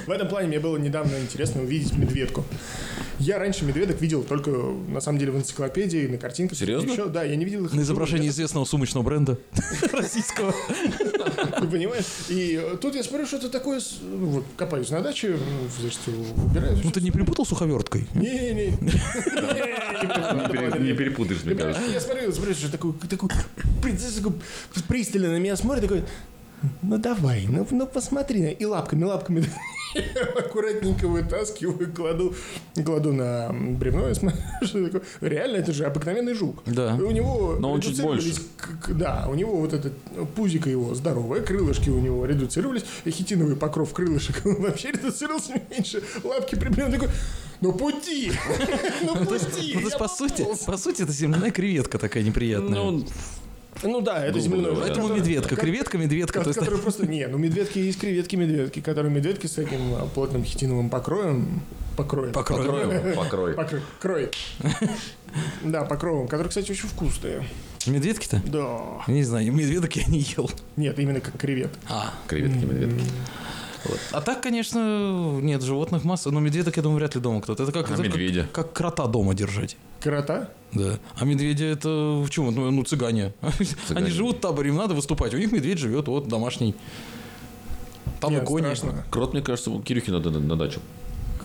[SPEAKER 4] В этом плане мне было недавно интересно увидеть медведку. Я раньше медведок видел только, на самом деле, в энциклопедии, на картинках.
[SPEAKER 3] Серьезно?
[SPEAKER 4] Еще, да, я не видел
[SPEAKER 1] На
[SPEAKER 4] их. живую,
[SPEAKER 1] изображении
[SPEAKER 4] я-
[SPEAKER 1] известного сумочного бренда российского.
[SPEAKER 4] Ты понимаешь? И э, тут я смотрю, что-то такое... с- ну, Вот, копаюсь на даче, м, значит, убираю.
[SPEAKER 1] Ну ты не перепутал суховерткой?
[SPEAKER 4] Не-не-не.
[SPEAKER 3] Не перепутаешь, мне
[SPEAKER 4] Я
[SPEAKER 3] кажется.
[SPEAKER 4] понимаю, Я смотрю, смотрю, что такой, такой, при- знаешь, такой пристально на меня смотрит, такой, ну давай, ну, ну посмотри. И лапками, лапками аккуратненько вытаскиваю, кладу, кладу на бревно. и смотрю, что такое. Реально, это же обыкновенный жук.
[SPEAKER 2] Да.
[SPEAKER 4] И У него
[SPEAKER 3] Но он чуть
[SPEAKER 4] редуцировались к- к- да, у него вот этот э, пузико его здоровое, крылышки у него редуцировались, и хитиновый покров крылышек вообще редуцировался меньше. Лапки приближены, такой, ну пути! Ну пусти!
[SPEAKER 2] Ну, то есть,
[SPEAKER 4] я
[SPEAKER 2] по сути,
[SPEAKER 4] пополз».
[SPEAKER 2] по сути, это земляная креветка такая неприятная.
[SPEAKER 3] Ну,
[SPEAKER 4] Ну да, это
[SPEAKER 3] Грубо
[SPEAKER 4] земляной
[SPEAKER 3] говоря,
[SPEAKER 4] жук,
[SPEAKER 3] да.
[SPEAKER 2] Поэтому
[SPEAKER 4] который-
[SPEAKER 2] медведка,
[SPEAKER 4] ко-
[SPEAKER 2] креветка, медведка.
[SPEAKER 4] ко-
[SPEAKER 2] То есть,
[SPEAKER 4] который просто... Не, ну медведки есть креветки, медведки, которые медведки с таким а, плотным хитиновым покроем... Покроем.
[SPEAKER 2] Покроем.
[SPEAKER 3] покрой, покрой.
[SPEAKER 4] Покры- Крой. Да, покровом, который, кстати, очень вкусные.
[SPEAKER 2] Медведки-то?
[SPEAKER 4] Да.
[SPEAKER 2] Не знаю, медведок я не ел.
[SPEAKER 4] Нет, именно как кревет.
[SPEAKER 2] А.
[SPEAKER 3] Креветки, медведки.
[SPEAKER 2] а так, конечно, нет, животных масса. Но медведок, я думаю, вряд ли дома кто-то. Это как,
[SPEAKER 3] А
[SPEAKER 2] это как-
[SPEAKER 3] медведя?
[SPEAKER 2] как, крота дома держать.
[SPEAKER 4] Крота?
[SPEAKER 2] Да. А медведя это почему? Ну, ну, цыгане. Они живут в таборе, им надо выступать. У них медведь живет, вот, домашний. Там
[SPEAKER 4] Нет,
[SPEAKER 2] и кони.
[SPEAKER 4] страшно.
[SPEAKER 3] Крот, мне кажется, у Кирюхи надо на- на дачу.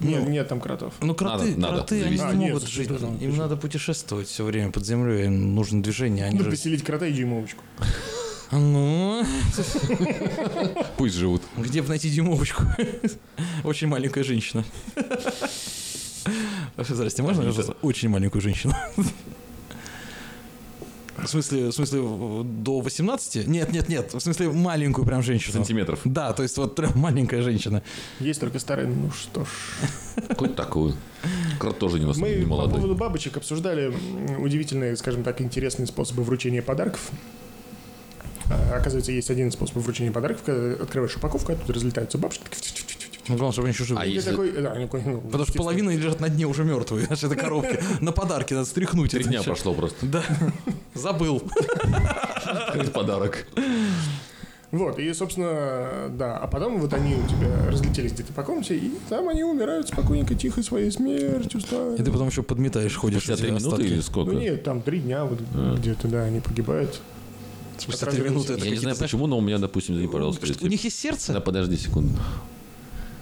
[SPEAKER 4] Нет, нет там кротов.
[SPEAKER 2] Ну, кроты,
[SPEAKER 3] Надо, надо,
[SPEAKER 2] кроты, они
[SPEAKER 3] завести.
[SPEAKER 2] не
[SPEAKER 4] А, нет,
[SPEAKER 2] могут
[SPEAKER 4] слушай,
[SPEAKER 2] жить.
[SPEAKER 4] да, там
[SPEAKER 2] Им надо путешествовать все время под землей, им нужно движение. Они
[SPEAKER 4] Ну,
[SPEAKER 2] же-
[SPEAKER 4] поселить крота и дюймовочку.
[SPEAKER 2] Ну,
[SPEAKER 3] Пусть живут.
[SPEAKER 2] где бы найти дюймовочку? Очень маленькая женщина. Э, Здрасте, можно? я просто Очень маленькую женщину. В смысле, в смысле, в- до 18? Нет, нет, нет. В смысле, маленькую прям женщину.
[SPEAKER 3] Сантиметров.
[SPEAKER 2] Да, то есть вот прям маленькая женщина.
[SPEAKER 4] Есть только старые, ну что ж.
[SPEAKER 3] Хоть такую. Крот тоже не, нас-
[SPEAKER 4] Мы
[SPEAKER 3] не
[SPEAKER 4] по
[SPEAKER 3] молодой.
[SPEAKER 4] поводу бабочек обсуждали м, удивительные, скажем так, интересные способы вручения подарков. А, Оказывается, есть один способ вручения подарков, когда открываешь упаковку, а тут разлетаются бабочки. такие тю-тю-тю-тю-тю.
[SPEAKER 2] Ну, главное, чтобы они еще живы.
[SPEAKER 3] А
[SPEAKER 4] И
[SPEAKER 3] если-
[SPEAKER 4] такой, да, они такой, ну,
[SPEAKER 2] Потому что
[SPEAKER 4] естественно.
[SPEAKER 2] половина лежат на дне уже мертвые. Знаешь, это коробки. На подарки надо стряхнуть.
[SPEAKER 3] Три
[SPEAKER 2] это
[SPEAKER 3] дня
[SPEAKER 2] всё.
[SPEAKER 3] прошло просто.
[SPEAKER 2] Да, забыл.
[SPEAKER 3] Открыть Подарок.
[SPEAKER 4] Вот, и, собственно, да. А потом вот они у тебя разлетелись где-то по комнате, и там они умирают спокойненько, тихо, своей смертью. старой.
[SPEAKER 2] И ты потом еще подметаешь, ходишь.
[SPEAKER 3] Спустя
[SPEAKER 2] у тебя
[SPEAKER 3] три минуты
[SPEAKER 2] остатки.
[SPEAKER 3] или
[SPEAKER 4] Ну
[SPEAKER 3] сколько?
[SPEAKER 4] нет, там три дня вот
[SPEAKER 2] А.
[SPEAKER 4] где-то, да, они погибают.
[SPEAKER 2] Спустя три минуты. это
[SPEAKER 3] Я не
[SPEAKER 2] какие-то,
[SPEAKER 3] знаю
[SPEAKER 2] знаешь,
[SPEAKER 3] почему, но у меня, допустим, извини, пожалуйста.
[SPEAKER 2] что,
[SPEAKER 3] эти-
[SPEAKER 2] У них есть сердце?
[SPEAKER 3] Да, подожди секунду.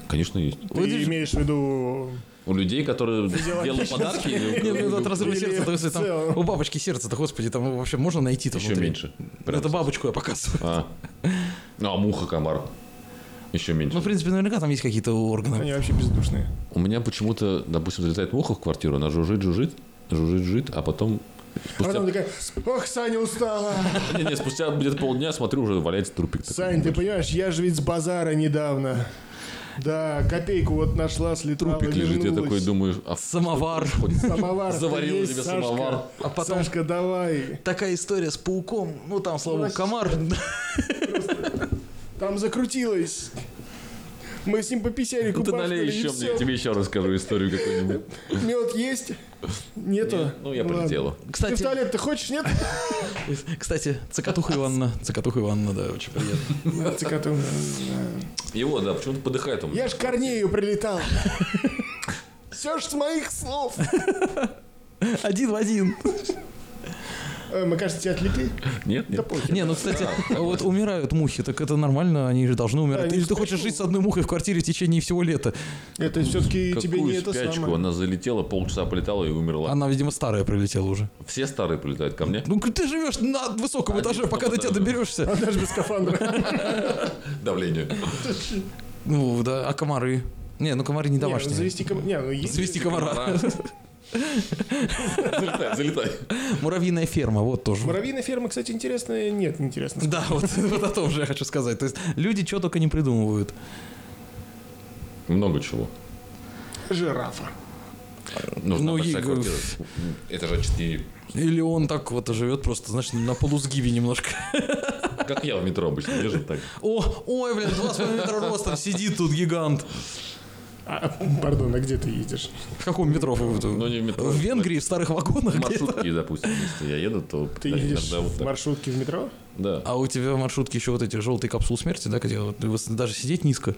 [SPEAKER 3] Конечно, есть.
[SPEAKER 4] Ты имеешь в виду...
[SPEAKER 3] У людей, которые делают подарки,
[SPEAKER 2] Не, ну,
[SPEAKER 3] или
[SPEAKER 2] это от разрыва
[SPEAKER 4] Или
[SPEAKER 2] сердца, то есть
[SPEAKER 4] в
[SPEAKER 2] там
[SPEAKER 4] целом.
[SPEAKER 2] у бабочки сердце-то, господи, там вообще можно найти там
[SPEAKER 3] еще
[SPEAKER 2] внутри?
[SPEAKER 3] меньше.
[SPEAKER 2] Ну, Это бабочку я показываю.
[SPEAKER 3] А. Ну, а муха, комар. Еще
[SPEAKER 2] Ну, в
[SPEAKER 3] меньше.
[SPEAKER 2] принципе, наверняка там есть какие-то органы.
[SPEAKER 4] Они вообще бездушные. А
[SPEAKER 3] У меня почему-то, допустим, залетает муха в квартиру, она жужжит, жужжит, жужжит, жужжит, а потом...
[SPEAKER 4] А потом
[SPEAKER 3] Спустя...
[SPEAKER 4] такая, ох, Саня устала.
[SPEAKER 3] Не, не, спустя где-то полдня смотрю, уже валяется трупик. такой.
[SPEAKER 4] Сань, ты понимаешь, я же ведь с базара недавно. Да, копейку вот нашла, слетала,
[SPEAKER 3] Трупик лежит, я
[SPEAKER 4] вернулась.
[SPEAKER 3] такой думаю, а ф-
[SPEAKER 2] Самовар.
[SPEAKER 4] Самовар
[SPEAKER 3] Заварил
[SPEAKER 4] есть,
[SPEAKER 3] тебе
[SPEAKER 4] Сашка.
[SPEAKER 3] самовар. Ну,
[SPEAKER 2] А потом
[SPEAKER 4] Сашка, давай.
[SPEAKER 2] такая история с пауком. Ну, там, слава богу, комар.
[SPEAKER 4] Там закрутилось. Мы с ним по писярику
[SPEAKER 3] Ну, ты
[SPEAKER 4] бахнули,
[SPEAKER 3] налей
[SPEAKER 4] и
[SPEAKER 3] еще мне,
[SPEAKER 4] всё.
[SPEAKER 3] я тебе еще расскажу историю какую-нибудь.
[SPEAKER 4] Мед есть? Нету?
[SPEAKER 3] Ну, я
[SPEAKER 4] Ладно.
[SPEAKER 3] полетела.
[SPEAKER 4] Ты в
[SPEAKER 2] Кстати,
[SPEAKER 4] туалет ты хочешь, нет?
[SPEAKER 2] кстати, Цокотуха Ивановна. Цокотуха Ивановна, да, очень приятно.
[SPEAKER 4] Цикату.
[SPEAKER 3] Его, да, почему-то подыхает он.
[SPEAKER 4] Я ж к Корнею прилетал. Все ж с моих слов.
[SPEAKER 2] Один в один.
[SPEAKER 4] Э, Мы, кажется, тебя отвлекли.
[SPEAKER 3] Нет,
[SPEAKER 4] Да
[SPEAKER 3] нет.
[SPEAKER 4] похер.
[SPEAKER 2] Не, ну, кстати, вот умирают мухи, так это нормально, они же должны умирать.
[SPEAKER 4] они
[SPEAKER 2] Или
[SPEAKER 4] в
[SPEAKER 2] ты хочешь
[SPEAKER 4] спячку.
[SPEAKER 2] жить с одной мухой в квартире в течение всего лета.
[SPEAKER 4] Это все-таки тебе не
[SPEAKER 3] Какую
[SPEAKER 4] это
[SPEAKER 3] спячку?
[SPEAKER 4] самое.
[SPEAKER 3] Она залетела, полчаса полетала и умерла.
[SPEAKER 2] Она, видимо, старая прилетела уже.
[SPEAKER 3] Все старые прилетают ко мне.
[SPEAKER 2] Ну, ты живешь на высоком
[SPEAKER 3] Один
[SPEAKER 2] этаже, пока до тебя
[SPEAKER 3] этаже.
[SPEAKER 2] доберешься.
[SPEAKER 4] Она же без скафандра.
[SPEAKER 3] Давление.
[SPEAKER 2] Ну да, а комары? Не, ну комары не
[SPEAKER 4] Не, ну,
[SPEAKER 2] домашние.
[SPEAKER 4] Завести ком- не, ну, есть-
[SPEAKER 2] Свести комара.
[SPEAKER 3] Залетай, залетай.
[SPEAKER 2] Муравьиная ферма, вот тоже.
[SPEAKER 4] Муравьиная ферма, кстати, интересная. Нет, неинтересная.
[SPEAKER 2] Да, вот, вот о том же я хочу сказать. То есть люди что только не придумывают.
[SPEAKER 3] Много чего.
[SPEAKER 4] Жирафа.
[SPEAKER 3] Нужна
[SPEAKER 2] Ну,
[SPEAKER 3] большая
[SPEAKER 2] и-
[SPEAKER 3] квартира. Этажа 4.
[SPEAKER 2] Или он так вот живет просто, знаешь, на полусгибе немножко.
[SPEAKER 3] Как я в метро обычно лежу так.
[SPEAKER 2] О, ой, блин, два с половиной метра ростом сидит тут гигант.
[SPEAKER 4] А, пардон, а где ты едешь?
[SPEAKER 2] В каком метро вы?
[SPEAKER 3] Ну, не в метро.
[SPEAKER 2] В Венгрии, в старых вагонах
[SPEAKER 3] В
[SPEAKER 2] где-то.
[SPEAKER 3] маршрутке, допустим, если я еду, то
[SPEAKER 4] Ты
[SPEAKER 3] да,
[SPEAKER 4] едешь
[SPEAKER 3] иногда вот
[SPEAKER 4] в
[SPEAKER 3] так.
[SPEAKER 4] маршрутке в метро?
[SPEAKER 3] Да.
[SPEAKER 2] А у тебя в маршрутке еще вот эти желтые капсулы смерти, да, где вот вы с- даже сидеть низко.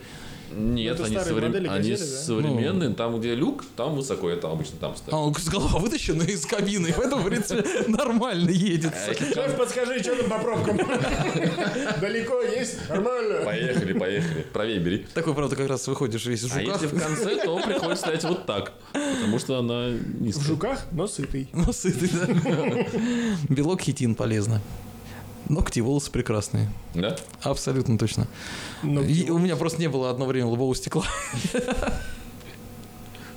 [SPEAKER 3] Нет,
[SPEAKER 4] Ну, это
[SPEAKER 3] они,
[SPEAKER 4] старые
[SPEAKER 3] соврем-
[SPEAKER 4] модели
[SPEAKER 3] они
[SPEAKER 4] газели, да?
[SPEAKER 3] современные. Там, где люк, там высоко. Я там обычно там ставлю.
[SPEAKER 2] Ну. А он с голова вытащена из кабины, и поэтому, в принципе, нормально едет.
[SPEAKER 4] Шеф, подскажи, что там по пробкам? Далеко есть? Нормально.
[SPEAKER 3] Поехали, поехали. Правее бери.
[SPEAKER 2] Такой, правда, как раз выходишь весь в
[SPEAKER 3] А
[SPEAKER 2] жуках,
[SPEAKER 3] если в конце, то приходится стоять вот так. Потому что она
[SPEAKER 4] В
[SPEAKER 3] низкая.
[SPEAKER 4] жуках, но сытый.
[SPEAKER 2] но сытый, да. Белок хитин полезно. Ногти и волосы прекрасные.
[SPEAKER 3] Да?
[SPEAKER 2] Абсолютно точно.
[SPEAKER 4] Но
[SPEAKER 2] И у меня просто не было одно время лобового стекла.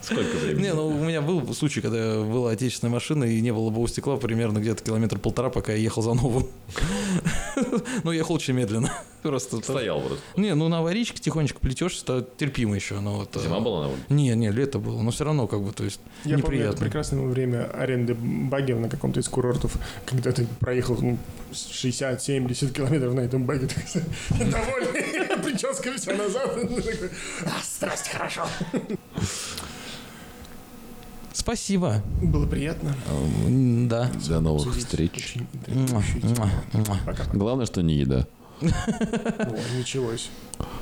[SPEAKER 3] Сколько времени?
[SPEAKER 2] Не, ну у меня был случай, когда была отечественная машина и не было лобового стекла примерно где-то километр полтора, пока я ехал за новым. Ну, ехал очень медленно. Просто.
[SPEAKER 3] Стоял просто.
[SPEAKER 2] Не, ну на аварийке тихонечко плетешься, то терпимо еще. Но вот, э,
[SPEAKER 3] Зима была на улице.
[SPEAKER 2] Не, не, лето было, но все равно как бы, то есть
[SPEAKER 4] Я помню это
[SPEAKER 2] неприятно.
[SPEAKER 4] прекрасное время аренды баги на каком-то из курортов, когда ты проехал ну, 60-70 километров на этом баге, такой довольный, прическа вся назад. такой, «А, Здрасте, хорошо.
[SPEAKER 2] Спасибо.
[SPEAKER 4] Было приятно.
[SPEAKER 2] М, Да.
[SPEAKER 3] До новых
[SPEAKER 4] Очень
[SPEAKER 2] Муа,
[SPEAKER 4] интригующе.
[SPEAKER 2] муа, муа.
[SPEAKER 4] Пока.
[SPEAKER 3] Главное, что не еда.
[SPEAKER 4] О, Ничего себе.